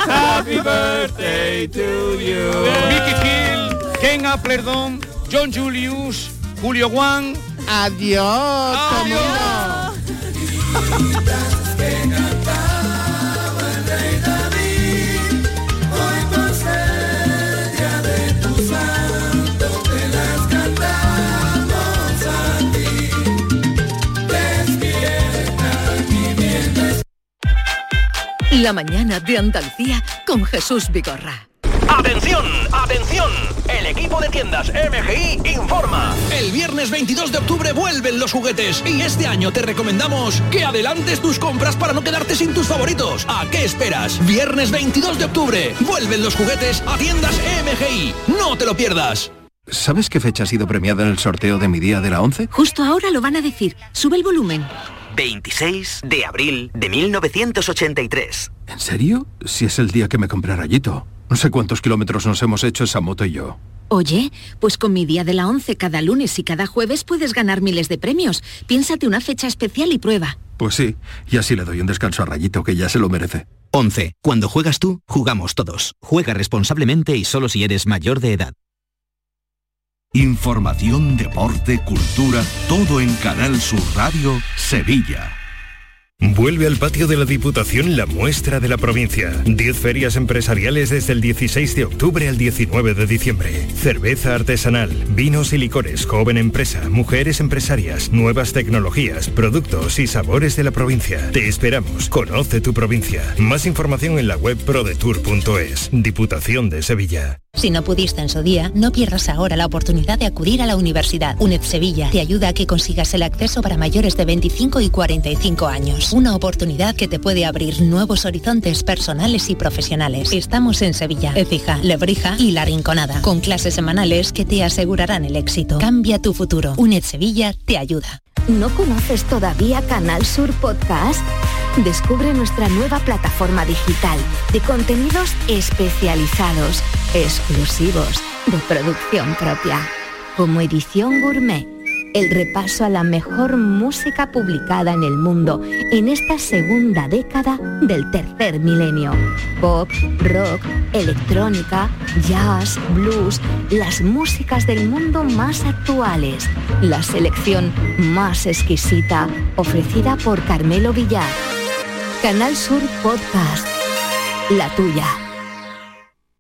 Speaker 5: Happy birthday to you.
Speaker 2: Vicky Hill, Ken Applerdon, John Julius, Julio Juan.
Speaker 4: Adiós, Camilo.
Speaker 12: La mañana de Andalucía con Jesús Vigorra.
Speaker 13: ¡Atención! ¡Atención! El equipo de tiendas MGI informa. El viernes 22 de octubre vuelven los juguetes y este año te recomendamos que adelantes tus compras para no quedarte sin tus favoritos. ¿A qué esperas? Viernes 22 de octubre vuelven los juguetes a tiendas MGI. No te lo pierdas.
Speaker 14: ¿Sabes qué fecha ha sido premiada en el sorteo de mi día de la 11?
Speaker 15: Justo ahora lo van a decir. Sube el volumen.
Speaker 13: 26 de abril de 1983.
Speaker 14: ¿En serio? Si es el día que me compré a Rayito. No sé cuántos kilómetros nos hemos hecho esa moto y yo.
Speaker 15: Oye, pues con mi día de la 11 cada lunes y cada jueves puedes ganar miles de premios. Piénsate una fecha especial y prueba.
Speaker 14: Pues sí, y así le doy un descanso a Rayito que ya se lo merece.
Speaker 16: 11. Cuando juegas tú, jugamos todos. Juega responsablemente y solo si eres mayor de edad.
Speaker 17: Información, deporte, cultura, todo en Canal Sur Radio, Sevilla.
Speaker 18: Vuelve al patio de la Diputación la muestra de la provincia. 10 ferias empresariales desde el 16 de octubre al 19 de diciembre. Cerveza artesanal, vinos y licores, joven empresa, mujeres empresarias, nuevas tecnologías, productos y sabores de la provincia. Te esperamos. Conoce tu provincia. Más información en la web prodetour.es. Diputación de Sevilla.
Speaker 19: Si no pudiste en su día, no pierdas ahora la oportunidad de acudir a la universidad. UNED Sevilla te ayuda a que consigas el acceso para mayores de 25 y 45 años. Una oportunidad que te puede abrir nuevos horizontes personales y profesionales. Estamos en Sevilla, Ecija, Lebrija y La Rinconada, con clases semanales que te asegurarán el éxito. Cambia tu futuro. UNED Sevilla te ayuda.
Speaker 20: ¿No conoces todavía Canal Sur Podcast? Descubre nuestra nueva plataforma digital de contenidos especializados, exclusivos, de producción propia, como edición gourmet. El repaso a la mejor música publicada en el mundo en esta segunda década del tercer milenio. Pop, rock, electrónica, jazz, blues, las músicas del mundo más actuales. La selección más exquisita ofrecida por Carmelo Villar. Canal Sur Podcast. La tuya.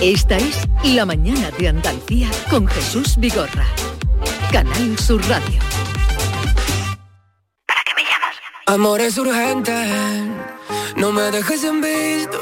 Speaker 12: Esta es La Mañana de Andalucía con Jesús Vigorra. Canal Sur Radio.
Speaker 21: Amor es urgente, no me dejes en visto.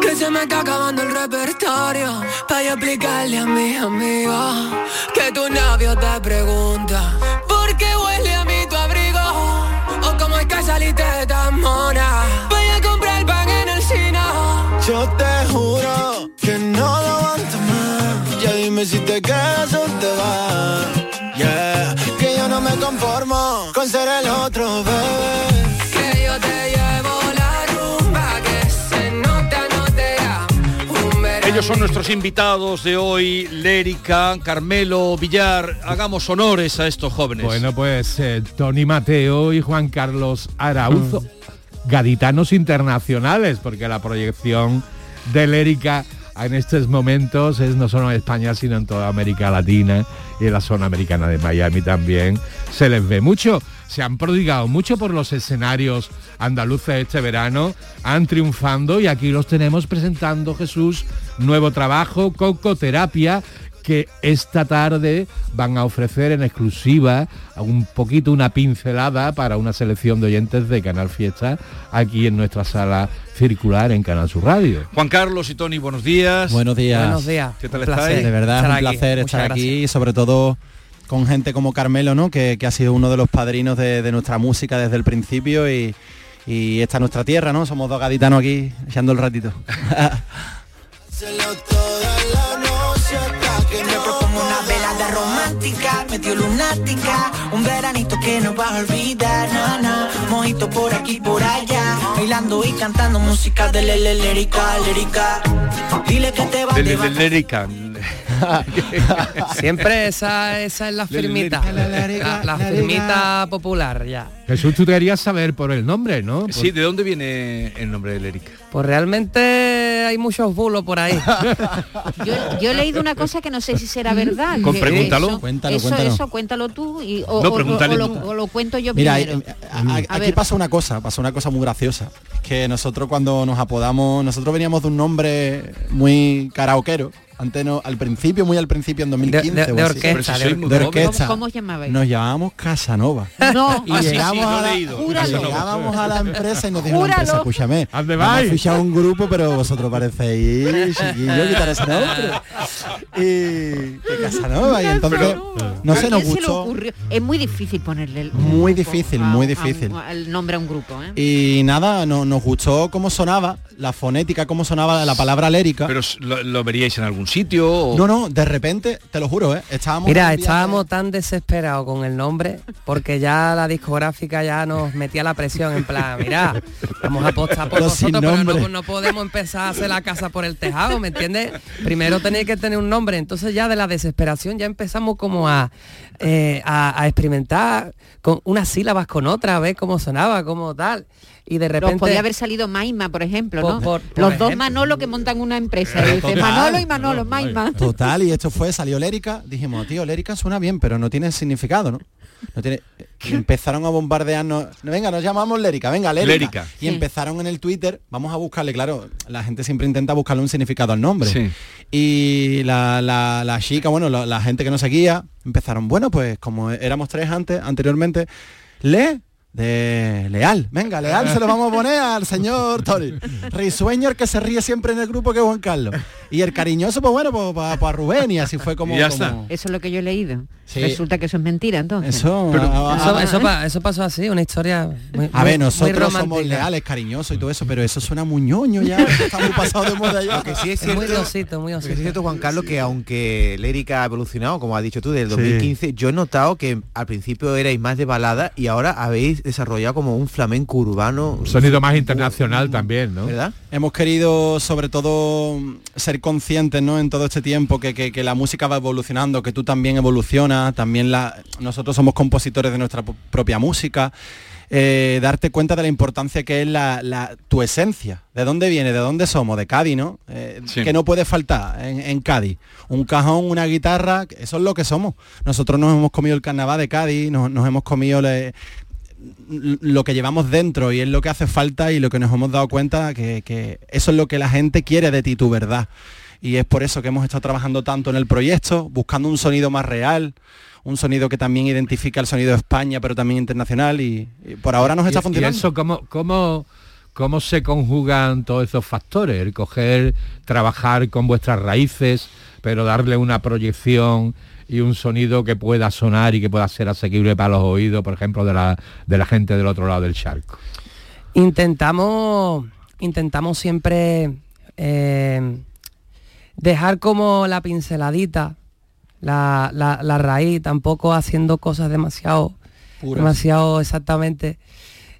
Speaker 21: Que se me está acabando el repertorio. Para explicarle a mis amigos que tu novio te pregunta: ¿Por qué huele a mí tu abrigo? O cómo es que saliste tan mona. Voy a comprar pan en el chino.
Speaker 22: Yo te juro que no lo aguanto más. Ya dime si te quedas o te vas. Yeah. Que yo no me conformo con ser el otro bebé.
Speaker 21: Que yo te llevo la rumba, que se nota, no te da un verano.
Speaker 2: Ellos son nuestros invitados de hoy, Lérica, Carmelo, Villar. Hagamos honores a estos jóvenes.
Speaker 23: Bueno, pues eh, Tony Mateo y Juan Carlos Arauzo, gaditanos internacionales, porque la proyección de Lérica en estos momentos es no solo en España, sino en toda América Latina y en la zona americana de Miami también. Se les ve mucho, se han prodigado mucho por los escenarios andaluces este verano, han triunfando y aquí los tenemos presentando Jesús, nuevo trabajo, Cocoterapia, que esta tarde van a ofrecer en exclusiva un poquito una pincelada para una selección de oyentes de Canal Fiesta aquí en nuestra sala circular en Canal Sur Radio.
Speaker 2: Juan Carlos y Tony, buenos días.
Speaker 24: Buenos días.
Speaker 2: Buenos días. ¿Qué tal estáis?
Speaker 24: De verdad, es un placer estar aquí y sobre todo con gente como Carmelo, ¿no? que, que ha sido uno de los padrinos de, de nuestra música desde el principio y, y esta es nuestra tierra, ¿no? Somos dos gaditanos aquí echando el ratito.
Speaker 21: Me propongo una velada romántica, medio lunática, un veranito que no vas a olvidar, na, na, mojito por aquí, por allá, bailando y cantando música de lele, lérica, lérica. Dile que te vas
Speaker 2: De,
Speaker 21: de
Speaker 2: de- de
Speaker 21: vaca-
Speaker 2: Lérica.
Speaker 25: Siempre esa, esa es la firmita. La, la firmita popular ya.
Speaker 23: Jesús, tú querías saber por el nombre,
Speaker 25: Ah,
Speaker 23: ¿no? Por-
Speaker 2: Sí, ¿de dónde viene el nombre de Lérica?
Speaker 25: Pues realmente hay muchos bulos por ahí.
Speaker 26: Yo he leído una cosa que no sé si será verdad.
Speaker 24: Con-
Speaker 26: que
Speaker 24: pregúntalo.
Speaker 26: Eso,
Speaker 24: Cuéntalo,
Speaker 26: eso,
Speaker 24: cuéntalo.
Speaker 26: eso, cuéntalo tú y, o,
Speaker 24: No,
Speaker 26: o- o-
Speaker 24: pregúntale
Speaker 26: o lo,
Speaker 24: tú.
Speaker 26: o lo cuento yo
Speaker 24: Mira,
Speaker 26: primero.
Speaker 24: eh, a- a-
Speaker 26: A
Speaker 24: aquí
Speaker 26: ver.
Speaker 24: pasa una cosa, pasa una cosa muy graciosa. Es que nosotros cuando nos apodamos, nosotros veníamos de un nombre muy karaoquero, Antes no, al principio, muy al principio, en 2015.
Speaker 1: De- de- de
Speaker 24: o así.
Speaker 1: orquesta, Pero si de sois muy
Speaker 24: de
Speaker 1: jóvenes.
Speaker 24: orquesta.
Speaker 1: ¿Cómo- cómo os llamabais?
Speaker 24: Nos llamábamos Casanova.
Speaker 1: No.
Speaker 24: y
Speaker 1: Ah, sí, sí,
Speaker 24: llegamos
Speaker 1: lo he
Speaker 24: a la,
Speaker 1: leído.
Speaker 24: y
Speaker 1: Casanova.
Speaker 24: llegábamos a la empresa y nos dijeron,
Speaker 1: Júralo.
Speaker 24: empresa, escúchame, vamos a
Speaker 1: vais?
Speaker 24: fichar un grupo, pero vosotros parecéis chiquillos, quitar ese nombre. Y que Casanova, y entonces, no sé,
Speaker 26: ¿A quién se
Speaker 24: nos
Speaker 26: le
Speaker 24: gustó.
Speaker 26: ocurrió? Es muy difícil ponerle el,
Speaker 24: Muy difícil,
Speaker 26: Ah,
Speaker 24: muy difícil.
Speaker 26: el nombre a un grupo. ¿eh?
Speaker 24: Y nada, no- nos gustó cómo sonaba, la fonética, cómo sonaba la palabra lérica.
Speaker 2: Pero s- lo, lo veríais en algún sitio. o-
Speaker 24: No, no, de repente, te lo juro, ¿eh? estábamos... en un
Speaker 25: Mira,
Speaker 24: viaje-
Speaker 25: estábamos tan desesperados con el nombre porque ya la discográfica ya nos metía la presión en plan, mira, vamos a apostar por
Speaker 24: Los sin
Speaker 25: vosotros, pero no,
Speaker 24: nombre.
Speaker 25: no podemos empezar a hacer la casa por el tejado, ¿me entiendes? Primero tenéis que tener un nombre, entonces ya de la desesperación ya empezamos como a, eh, a, a experimentar con unas sílabas con otras, a ver cómo sonaba, cómo tal. Y de repente...
Speaker 26: Los podía haber salido Maima, por ejemplo, ¿no?
Speaker 25: Por- por- por
Speaker 26: Los dos
Speaker 25: ejemplo.
Speaker 26: Manolo que montan una empresa. Y dice,
Speaker 24: Total.
Speaker 26: Manolo y Manolo, Maima.
Speaker 24: Total, y esto fue, salió Lérica, dijimos, tío, Lérica suena bien, pero no tiene significado, ¿no? No tiene, y empezaron a bombardearnos, venga, nos llamamos Lérica, venga, Lérica.
Speaker 2: Lérica.
Speaker 24: Y empezaron en el Twitter, vamos a buscarle, claro, la gente siempre intenta buscarle un significado al nombre. Y la, la- la chica, bueno, la, la gente que nos seguía, empezaron, bueno, pues como éramos tres antes, anteriormente, Le, de Leal, venga, Leal se lo vamos a poner al señor Tori. Risueño el que se ríe siempre en el grupo que es Juan Carlos. Y el cariñoso, pues bueno, pues para Rubén y así fue como... como-
Speaker 26: Eso es lo que yo he leído.
Speaker 24: Sí.
Speaker 26: Resulta que eso es mentira, entonces.
Speaker 24: Eso, ah, a-
Speaker 25: Eso,
Speaker 24: a-
Speaker 25: eso pa- eso pasó así, una historia muy,
Speaker 24: ¿eh? a
Speaker 25: muy-
Speaker 24: ver,
Speaker 25: muy
Speaker 24: nosotros somos
Speaker 25: romántica.
Speaker 24: leales, cariñosos y todo eso, pero eso suena muy ñoño ya. Está muy pasado de moda ya.
Speaker 6: Lo que sí es
Speaker 25: muy
Speaker 6: cierto-
Speaker 25: osito, muy
Speaker 6: Lo que sí
Speaker 25: osito.
Speaker 6: es cierto, Juan Carlos, que aunque Lérica ha evolucionado, como has dicho tú, del 2015, yo he notado que al principio erais más de balada y ahora habéis desarrollado como un flamenco urbano.
Speaker 23: Sonido más internacional también, ¿no?
Speaker 24: Hemos querido sobre todo mm, ser conscientes ¿no? en todo este tiempo que, que- que la música va evolucionando, que tú también evolucionas, también la, nosotros somos compositores de nuestra po- propia música, eh, darte cuenta de la importancia que es la, la- tu esencia, de dónde viene, de dónde somos, de Cádiz, ¿no? Eh, Que no puede faltar en, en Cádiz. Un cajón, una guitarra, eso es lo que somos. Nosotros nos hemos comido el carnaval de Cádiz, nos, nos hemos comido le- lo que llevamos dentro y es lo que hace falta y lo que nos hemos dado cuenta que, que eso es lo que la gente quiere de ti, tu verdad. Y es por eso que hemos estado trabajando tanto en el proyecto, buscando un sonido más real, un sonido que también identifica el sonido de España, pero también internacional y, y por ahora nos
Speaker 23: Y-
Speaker 24: está
Speaker 23: ¿Y
Speaker 24: funcionando.
Speaker 23: eso cómo, cómo, cómo se conjugan todos esos factores? El coger, trabajar con vuestras raíces, pero darle una proyección y un sonido que pueda sonar y que pueda ser asequible para los oídos, por ejemplo, de la, de la gente del otro lado del charco.
Speaker 25: intentamos intentamos siempre eh, dejar como la pinceladita la, la- la raíz tampoco haciendo cosas demasiado
Speaker 21: Puras.
Speaker 25: demasiado exactamente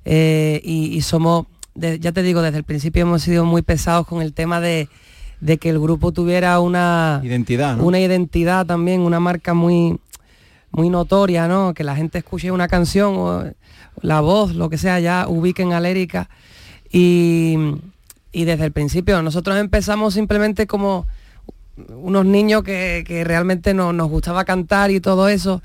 Speaker 25: Eh, y, y somos de- ya te digo desde el principio hemos sido muy pesados con el tema de, de que el grupo tuviera una
Speaker 24: Identidad, ¿no?
Speaker 25: una identidad también una marca muy muy notoria, ¿no? Que la gente escuche una canción o la voz, lo que sea, ya ubiquen a Lérica. Y, y desde el principio, nosotros empezamos simplemente como unos niños que, que realmente no- nos gustaba cantar y todo eso.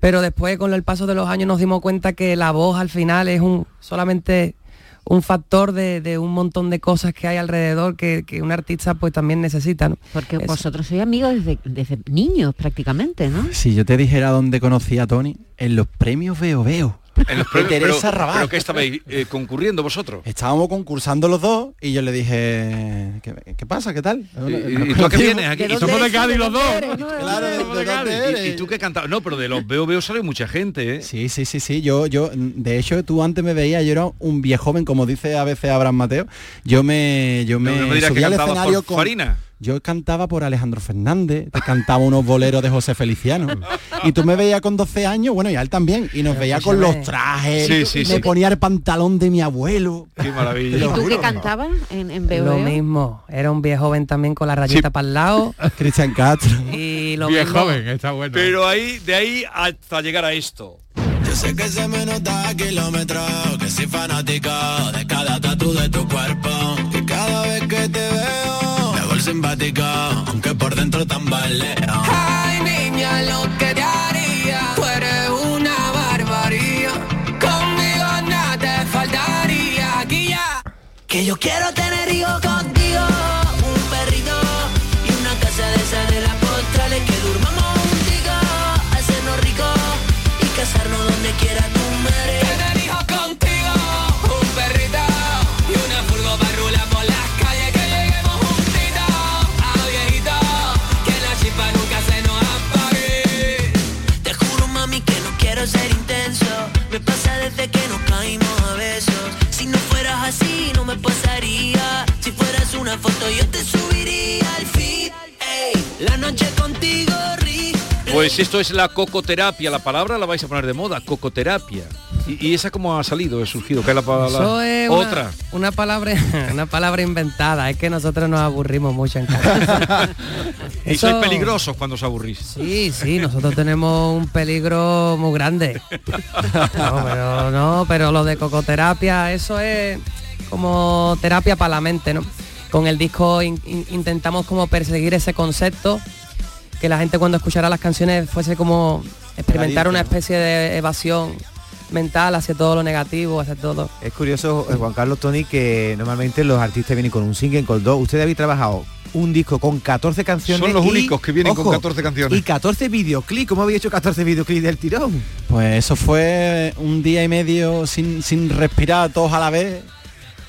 Speaker 25: Pero después, con el paso de los años, nos dimos cuenta que la voz al final es un solamente un factor de, de un montón de cosas que hay alrededor que, que un artista pues también necesita, ¿no?
Speaker 26: Porque
Speaker 25: Eso.
Speaker 26: vosotros sois amigos desde, desde niños prácticamente, ¿no?
Speaker 24: Ah, Si yo te dijera dónde conocí a Tony, en los premios Veo Veo.
Speaker 2: En los premios,
Speaker 24: Teresa Eh,
Speaker 2: pero-
Speaker 24: Rabal.
Speaker 2: pero que estabais eh, concurriendo vosotros.
Speaker 24: Estábamos concursando los dos y yo le dije, ¿qué, qué pasa? ¿Qué tal?
Speaker 2: ¿Y tú a qué vienes aquí? ¿Y tú-
Speaker 24: Claro, ¿de dónde
Speaker 2: ¿Y- ¿Y,
Speaker 24: eres?
Speaker 2: tú qué cantabas? No, pero de los veo sale mucha gente, ¿eh?
Speaker 24: Sí, sí, sí, sí. Yo, yo, de hecho, tú antes me veías, yo era un viejo joven, como dice a veces Abraham Mateo. Yo me, yo me,
Speaker 2: No me dirás
Speaker 24: subí
Speaker 2: que
Speaker 24: al
Speaker 2: cantabas
Speaker 24: escenario
Speaker 2: por Farina.
Speaker 24: Yo cantaba por Alejandro Fernández, te cantaba unos boleros de José Feliciano. Y tú me veías con 12 años, bueno, y a él también. Y nos
Speaker 7: pues
Speaker 24: veía con
Speaker 2: escúchame.
Speaker 24: los trajes,
Speaker 2: Sí, sí,
Speaker 24: me
Speaker 2: sí.
Speaker 24: ponía el pantalón de mi abuelo.
Speaker 2: Qué maravilla.
Speaker 26: ¿Y tú que cantabas en, E? en Veo
Speaker 25: Lo
Speaker 26: Veo?
Speaker 25: mismo, era un viejo joven también con la rayita para el lado.
Speaker 24: Cristian Castro.
Speaker 25: Y lo
Speaker 24: Bien
Speaker 25: mismo-
Speaker 24: joven,
Speaker 23: está bueno.
Speaker 2: Pero ahí, de ahí hasta llegar a esto.
Speaker 22: Yo sé que se me nota a kilómetros, que soy fanático de cada tatu de tu cuerpo. Y cada vez que te veo, me vuelvo simpático, aunque por dentro tambaleo.
Speaker 21: Ay, niña, lo que te haría, tú eres una barbaría. Conmigo nada te faltaría, guía. Que yo quiero tener hijos contigo, un perrito y una casa de
Speaker 3: Quiero ser intenso, me pasa desde que nos caímos a besos. Si no fueras así, no me pasaría. Si fueras una foto, yo te subiría al feed. Ey, la noche contigo ri.
Speaker 2: Pues esto es la cocoterapia, la palabra la vais a poner de moda, cocoterapia. Y, y esa como ha salido, ha surgido, que es la
Speaker 25: Eso
Speaker 2: palabra
Speaker 25: es una,
Speaker 2: otra.
Speaker 25: una palabra una palabra inventada, es que nosotros nos aburrimos mucho en casa.
Speaker 2: Y
Speaker 25: Eso-
Speaker 2: sois peligrosos cuando os aburrís.
Speaker 25: Sí, sí, nosotros tenemos un peligro muy grande. No, pero no, pero lo de cocoterapia, eso es como terapia para la mente, ¿no? Con el disco in- in- intentamos como perseguir ese concepto, que la gente cuando escuchara las canciones fuese como experimentar una especie de evasión mental hacia todo lo negativo, hacia todo.
Speaker 7: Es curioso, eh, Juan Carlos Tony, que normalmente los artistas vienen con un single, con dos. Ustedes habéis trabajado un disco con 14 canciones.
Speaker 2: Son los
Speaker 7: y-
Speaker 2: únicos que vienen con 14 canciones.
Speaker 7: Y 14 videoclips. ¿Cómo habéis hecho 14 videoclips del tirón?
Speaker 24: Pues eso fue un día y medio sin, sin respirar todos a la vez.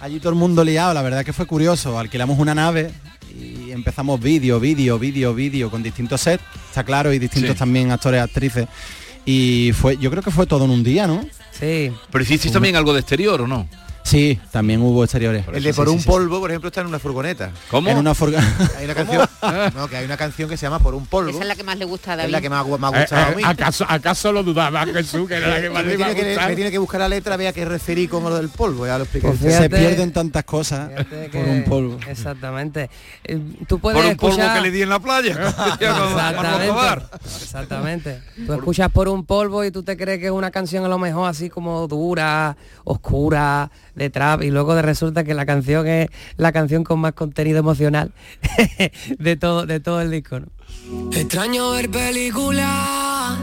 Speaker 24: Allí todo el mundo liado, la verdad que fue curioso. Alquilamos una nave y empezamos vídeo, vídeo, vídeo, vídeo con distintos sets, está claro, y distintos también actores, actrices. Y fue, yo creo que fue todo en un día, ¿no?
Speaker 25: Sí.
Speaker 2: Pero hicisteis también algo de exterior, ¿o no?
Speaker 24: Sí, también hubo exteriores.
Speaker 7: El de
Speaker 24: Sí,
Speaker 7: Por
Speaker 24: sí,
Speaker 7: un
Speaker 24: sí, sí.
Speaker 7: polvo, por ejemplo, está en una furgoneta.
Speaker 24: En una furga-
Speaker 7: Hay una canción. No, que hay una canción que se llama Por un polvo.
Speaker 26: Esa es la que más le gusta a David.
Speaker 7: Es la que más me ha gustado a mí.
Speaker 23: ¿acaso, ¿Acaso lo dudaba Jesús, Eh, ah, que era la que más le
Speaker 7: me,
Speaker 23: iba a
Speaker 7: tiene que,
Speaker 23: gustar?
Speaker 7: me tiene que buscar la letra, vea que referí con lo del polvo, ya lo expliqué.
Speaker 25: Pues
Speaker 24: se pierden tantas cosas por un polvo.
Speaker 25: Exactamente. Eh, Tú puedes
Speaker 24: Por un polvo
Speaker 25: escuchar-
Speaker 24: que le di en la playa, como decía Manolo
Speaker 25: Exactamente.
Speaker 24: Escobar.
Speaker 25: Exactamente. Tú escuchas por un polvo y tú te crees que es una canción a lo mejor así como dura, oscura, de trap y luego de- resulta que la canción es la canción con más contenido emocional de todo de todo el disco. ¿no?
Speaker 21: Extraño ver películas,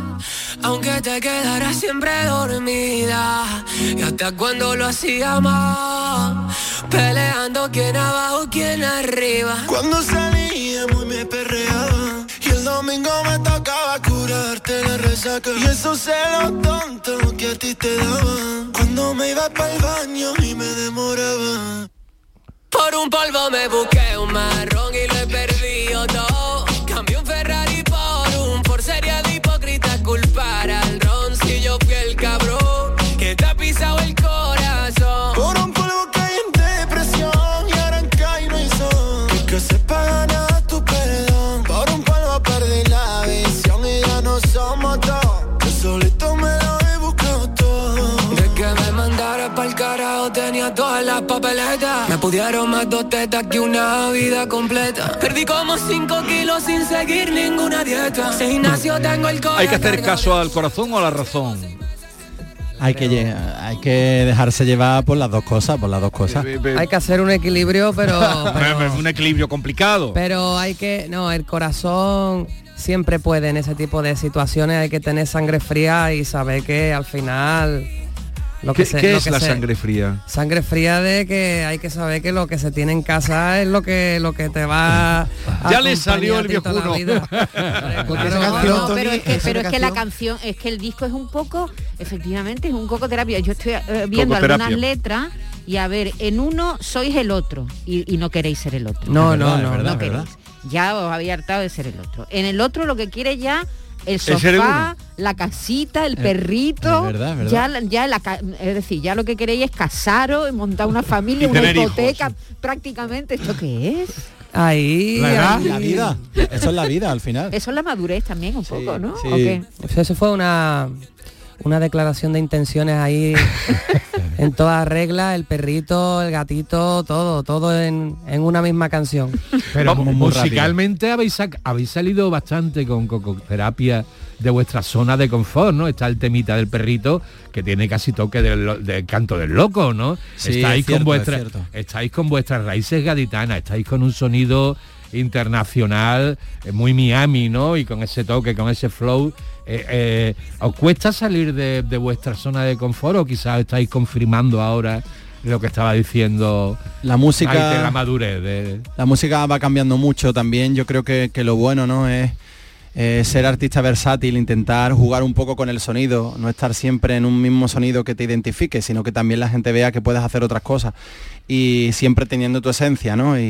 Speaker 21: aunque te quedarás siempre dormida. Y hasta cuando lo hacíamos, peleando quién abajo, quién arriba.
Speaker 22: Cuando salíamos y me perreaba Y el domingo me tocaba curarte la resaca Y esos celos tontos que a ti te daban Cuando me iba pa'l baño y me demoraba
Speaker 21: Por un polvo me busqué un marrón y lo he perdido todo. Cambié un Ferrari por un por sería de hipócrita culpar al ron si yo fui el cabrón que te ha pisado el corazón.
Speaker 22: Por un polvo caí en depresión Y ahora en caí no hay son Y que se paga nada tu perdón Por un polvo perdí la visión Y ya no somos dos Yo solito me lo he buscado todo
Speaker 21: De que me mandara pa'l carajo tenía todas las papeletas Me pudieron más dos tetas que una vida completa Perdí como 5 kilos sin seguir ninguna dieta Sin gimnasio tengo el corazón
Speaker 2: Hay que hacer caso al corazón o a la razón.
Speaker 24: Hay que, lle- hay que dejarse llevar por las dos cosas, por las dos cosas.
Speaker 25: Hay que hacer un equilibrio, pero
Speaker 2: Es un equilibrio complicado.
Speaker 25: Pero hay que, no, el corazón siempre puede en ese tipo de situaciones, hay que tener sangre fría y saber que al final lo que
Speaker 2: ¿Qué,
Speaker 25: se-
Speaker 2: qué
Speaker 25: lo
Speaker 2: es
Speaker 25: que
Speaker 2: la
Speaker 25: se-
Speaker 2: sangre fría?
Speaker 25: Sangre fría de que hay que saber que lo que se tiene en casa es lo que lo que te va a
Speaker 2: Ya le
Speaker 25: acompañar
Speaker 2: salió el
Speaker 25: a ti toda la
Speaker 2: viejuno.
Speaker 25: vida.
Speaker 7: Porque esa
Speaker 26: No,
Speaker 7: canción,
Speaker 26: no,
Speaker 7: Tony,
Speaker 26: pero es que,
Speaker 7: es
Speaker 26: pero
Speaker 7: una
Speaker 26: es que la canción, es que el disco es un poco, efectivamente, es un cocoterapia. Yo estoy eh, viendo
Speaker 25: Cocoterapia.
Speaker 26: algunas letras y a ver, en uno sois el otro y, y no queréis ser el otro.
Speaker 25: No, Es no, verdad, no, es verdad,
Speaker 26: no
Speaker 25: es verdad.
Speaker 26: queréis. Ya os habéis hartado de ser el otro. En el otro lo que quiere ya el
Speaker 4: Es ser el
Speaker 26: sofá, la casita, el
Speaker 4: Es-
Speaker 26: perrito,
Speaker 4: es verdad, es verdad.
Speaker 26: ya la- ya la ca- es decir, ya lo que queréis es casaros, montar una familia,
Speaker 25: Y
Speaker 26: una
Speaker 25: tener hijos.
Speaker 26: hipoteca, prácticamente esto qué es?
Speaker 25: Ahí,
Speaker 24: La
Speaker 7: Ah.
Speaker 24: edad.
Speaker 25: ahí.
Speaker 24: Ah, La vida. Eso es la vida al final.
Speaker 26: Eso es la madurez también un poco, ¿no?
Speaker 24: sí.
Speaker 26: ¿O qué?
Speaker 25: Pues eso fue una una declaración de intenciones ahí en toda regla, el perrito, el gatito, todo, todo en, en una misma canción.
Speaker 23: Pero mu-
Speaker 25: muy
Speaker 23: musicalmente habéis, sac- habéis salido bastante con cocoterapia de vuestra zona de confort, ¿no? Está el temita del perrito que tiene casi toque del, lo- del canto del loco, ¿no?
Speaker 24: Sí,
Speaker 23: estáis
Speaker 24: es cierto,
Speaker 23: con vuestra,
Speaker 24: es cierto.
Speaker 23: estáis con vuestras raíces gaditanas, estáis con un sonido internacional eh, muy Miami, ¿no? Y con ese toque, con ese flow. eh, eh, ¿Os cuesta salir de, de vuestra zona de confort o quizás estáis confirmando ahora lo que estaba diciendo
Speaker 24: La música-
Speaker 23: Ahí de la madurez de,
Speaker 24: La música va cambiando mucho también. Yo creo que, que lo bueno, ¿no? Es eh, ser artista versátil, intentar jugar un poco con el sonido, no estar siempre en un mismo sonido que te identifique, sino que también la gente vea que puedes hacer otras cosas y siempre teniendo tu esencia, ¿no? Y,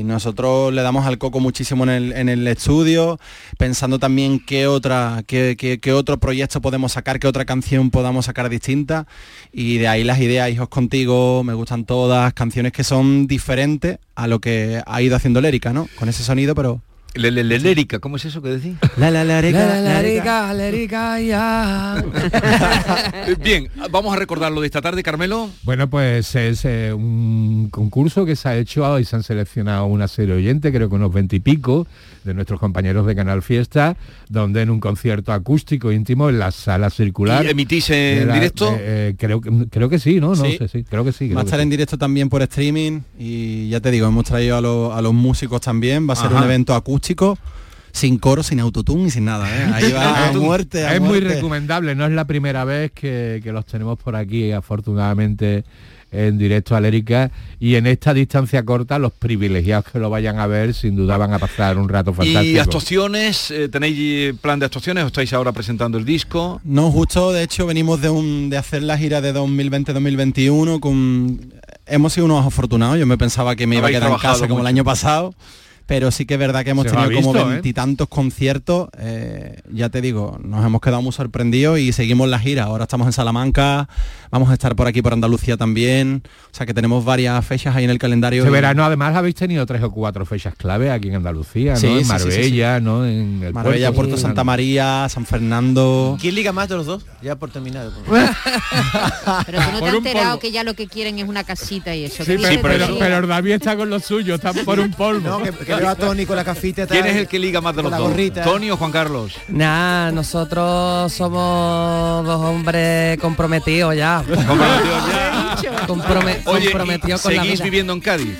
Speaker 24: y nosotros le damos al coco muchísimo en el, en el estudio, pensando también qué otra, qué, qué- qué otro proyecto podemos sacar, qué otra canción podamos sacar distinta. Y de ahí las ideas, hijos contigo, me gustan todas, canciones que son diferentes a lo que ha ido haciendo Lérica, ¿no? Con ese sonido, pero.
Speaker 2: Lérica, ¿cómo es eso que decís?
Speaker 24: La la la
Speaker 25: La, la, lerica, lerica, ya.
Speaker 2: Eh, Bien, vamos a recordar lo de esta tarde, Carmelo.
Speaker 23: Bueno, pues es eh, un concurso que se ha hecho y se han seleccionado una serie oyente, creo que unos veintipico, de nuestros compañeros de Canal Fiesta, donde en un concierto acústico íntimo en la sala circular.
Speaker 2: ¿Y emitís en
Speaker 23: Era,
Speaker 2: directo?
Speaker 23: eh, eh, creo, que- creo que sí, ¿no? No
Speaker 24: Sí.
Speaker 23: sé, sí, creo que sí. creo
Speaker 24: Va a
Speaker 23: que
Speaker 24: estar
Speaker 23: sí.
Speaker 24: en directo también por streaming y ya te digo, hemos traído a, lo- a los músicos también, va a ser
Speaker 23: Ajá.
Speaker 24: un evento acústico, sin coro, sin autotune y sin nada. ¿eh? Ahí va a muerte, a
Speaker 23: es muy
Speaker 24: muerte.
Speaker 23: recomendable, no es la primera vez que, que los tenemos por aquí, afortunadamente en directo a Lérica y en esta distancia corta los privilegiados que lo vayan a ver sin duda van a pasar un rato
Speaker 2: ¿Y
Speaker 23: fantástico.
Speaker 2: actuaciones? Eh, ¿Tenéis eh, plan de actuaciones? ¿O estáis ahora presentando el disco?
Speaker 24: No, justo, de hecho, venimos de, un, de hacer la gira de 2020-2021 con... Hemos sido unos afortunados, yo me pensaba que me iba a
Speaker 23: Habéis
Speaker 24: quedar en
Speaker 23: trabajado
Speaker 24: casa como el
Speaker 23: mucho.
Speaker 24: año pasado, pero sí que es verdad que hemos
Speaker 23: Se os ha
Speaker 24: tenido como
Speaker 23: visto, ¿eh?
Speaker 24: veintitantos conciertos, eh, ya te digo, nos hemos quedado muy sorprendidos y seguimos la gira, ahora estamos en Salamanca, vamos a estar por aquí, por Andalucía también, o sea que tenemos varias fechas ahí en el calendario.
Speaker 23: Este
Speaker 24: y-
Speaker 23: verano además habéis tenido tres o cuatro fechas clave aquí en Andalucía,
Speaker 24: Sí,
Speaker 23: ¿no?
Speaker 24: sí,
Speaker 23: En
Speaker 24: sí, sí, sí.
Speaker 23: Marbella, ¿no? En el
Speaker 24: Marbella, Puerto,
Speaker 23: Sí.
Speaker 24: Santa María, San Fernando.
Speaker 7: ¿Quién liga más de los dos? Ya por terminado.
Speaker 26: Pero tú no te
Speaker 23: Ah, Por
Speaker 26: has
Speaker 23: un
Speaker 26: enterado
Speaker 23: polvo.
Speaker 26: que ya lo que quieren es una casita y eso.
Speaker 23: Sí,
Speaker 26: ¿Qué
Speaker 23: pero,
Speaker 26: dices
Speaker 23: pero,
Speaker 26: tú?
Speaker 23: pero David está con lo suyo, está por un polvo.
Speaker 7: No, que, que veo a Tony con la cafita.
Speaker 23: ¿Quién
Speaker 7: tal,
Speaker 23: es el
Speaker 2: ¿Qué liga más de
Speaker 7: con
Speaker 2: los
Speaker 7: la
Speaker 2: dos?
Speaker 7: gorrita.
Speaker 2: ¿Tony o Juan Carlos?
Speaker 25: Nah, nosotros somos dos hombres comprometidos ya. Comprome-
Speaker 2: Oye,
Speaker 25: comprometidos
Speaker 2: ¿y
Speaker 25: con la
Speaker 2: ¿seguís
Speaker 25: vida.
Speaker 2: viviendo en Cádiz?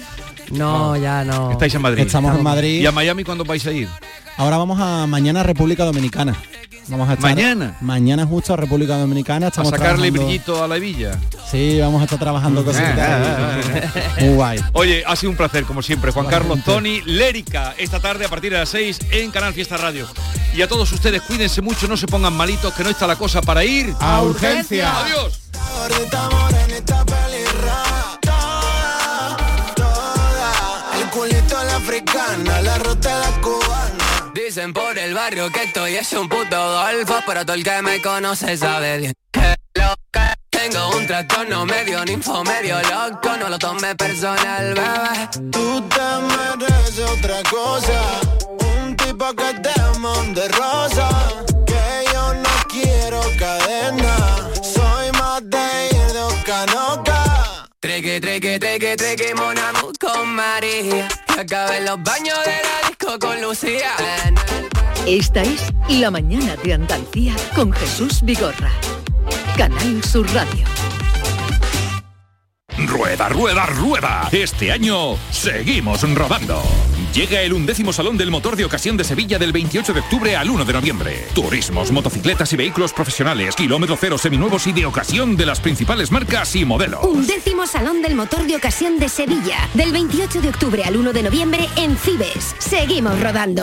Speaker 25: No, ya no.
Speaker 2: Estáis en Madrid.
Speaker 24: Estamos en Madrid.
Speaker 2: ¿Y a Miami cuándo vais a ir?
Speaker 24: Ahora vamos a mañana a República Dominicana. Vamos a estar,
Speaker 2: ¿Mañana?
Speaker 24: Mañana justo a República Dominicana.
Speaker 2: A
Speaker 24: Estamos
Speaker 2: sacarle Ah,
Speaker 24: trabajando-
Speaker 2: brillito a la villa.
Speaker 24: Sí, vamos a estar trabajando cosas. que tal. Muy guay.
Speaker 2: ah, Oye, ha sido un placer, como siempre. Juan Carlos, Tony, Lérica, esta tarde a partir de las 6 en Canal Fiesta Radio. Y a todos ustedes, cuídense mucho, no se pongan malitos, que no está la cosa para ir
Speaker 23: a urgencia.
Speaker 2: Adiós.
Speaker 22: Gordita morenita pelirroja Toda, toda El culito a la africana La rota a la cubana
Speaker 21: Dicen por el barrio que estoy es un puto golfo, pero todo el que me conoce sabe bien. que lo que tengo un trastorno medio ninfo, medio loco, no lo tome personal, bebé.
Speaker 22: Tú te mereces otra cosa Un tipo que te monte rosa Que yo no quiero cadena Soy más de ir de Ocanoca
Speaker 21: Treque, treque, treque, treque, monamu con María. Y acabé en los baños de la disco con Lucía. En
Speaker 12: Esta es La Mañana de Andalucía con Jesús Vigorra. Canal Sur Radio.
Speaker 4: Rueda, rueda, rueda. Este año seguimos rodando. Llega el undécimo Salón del Motor de Ocasión de Sevilla del 28 de octubre al 1 de noviembre. Turismos, motocicletas y vehículos profesionales, kilómetro cero, seminuevos y de ocasión de las principales marcas y modelos.
Speaker 25: Undécimo Salón del Motor de Ocasión de Sevilla, del 28 de octubre al 1 de noviembre en Cibes. Seguimos rodando.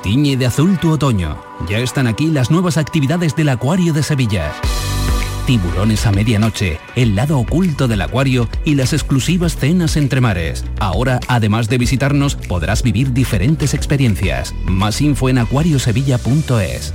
Speaker 5: Tiñe de azul tu otoño. Ya están aquí las nuevas actividades del Acuario de Sevilla. Tiburones a medianoche, el lado oculto del acuario y las exclusivas cenas entre mares. Ahora, además de visitarnos, podrás vivir diferentes experiencias. Más info en acuariosevilla.es.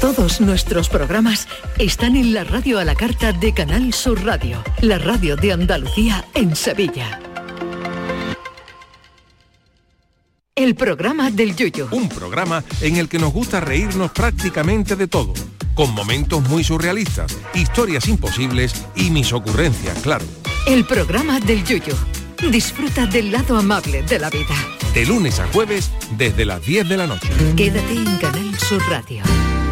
Speaker 12: Todos nuestros programas están en la radio a la carta de Canal Sur Radio, la radio de Andalucía en Sevilla. El programa del Yuyo.
Speaker 2: Un programa en el que nos gusta reírnos prácticamente de todo, con momentos muy surrealistas, historias imposibles y mis ocurrencias, claro.
Speaker 12: El programa del Yuyo. Disfruta del lado amable de la vida.
Speaker 2: De lunes a jueves desde las 10 de la noche.
Speaker 12: Quédate en Canal Sur Radio,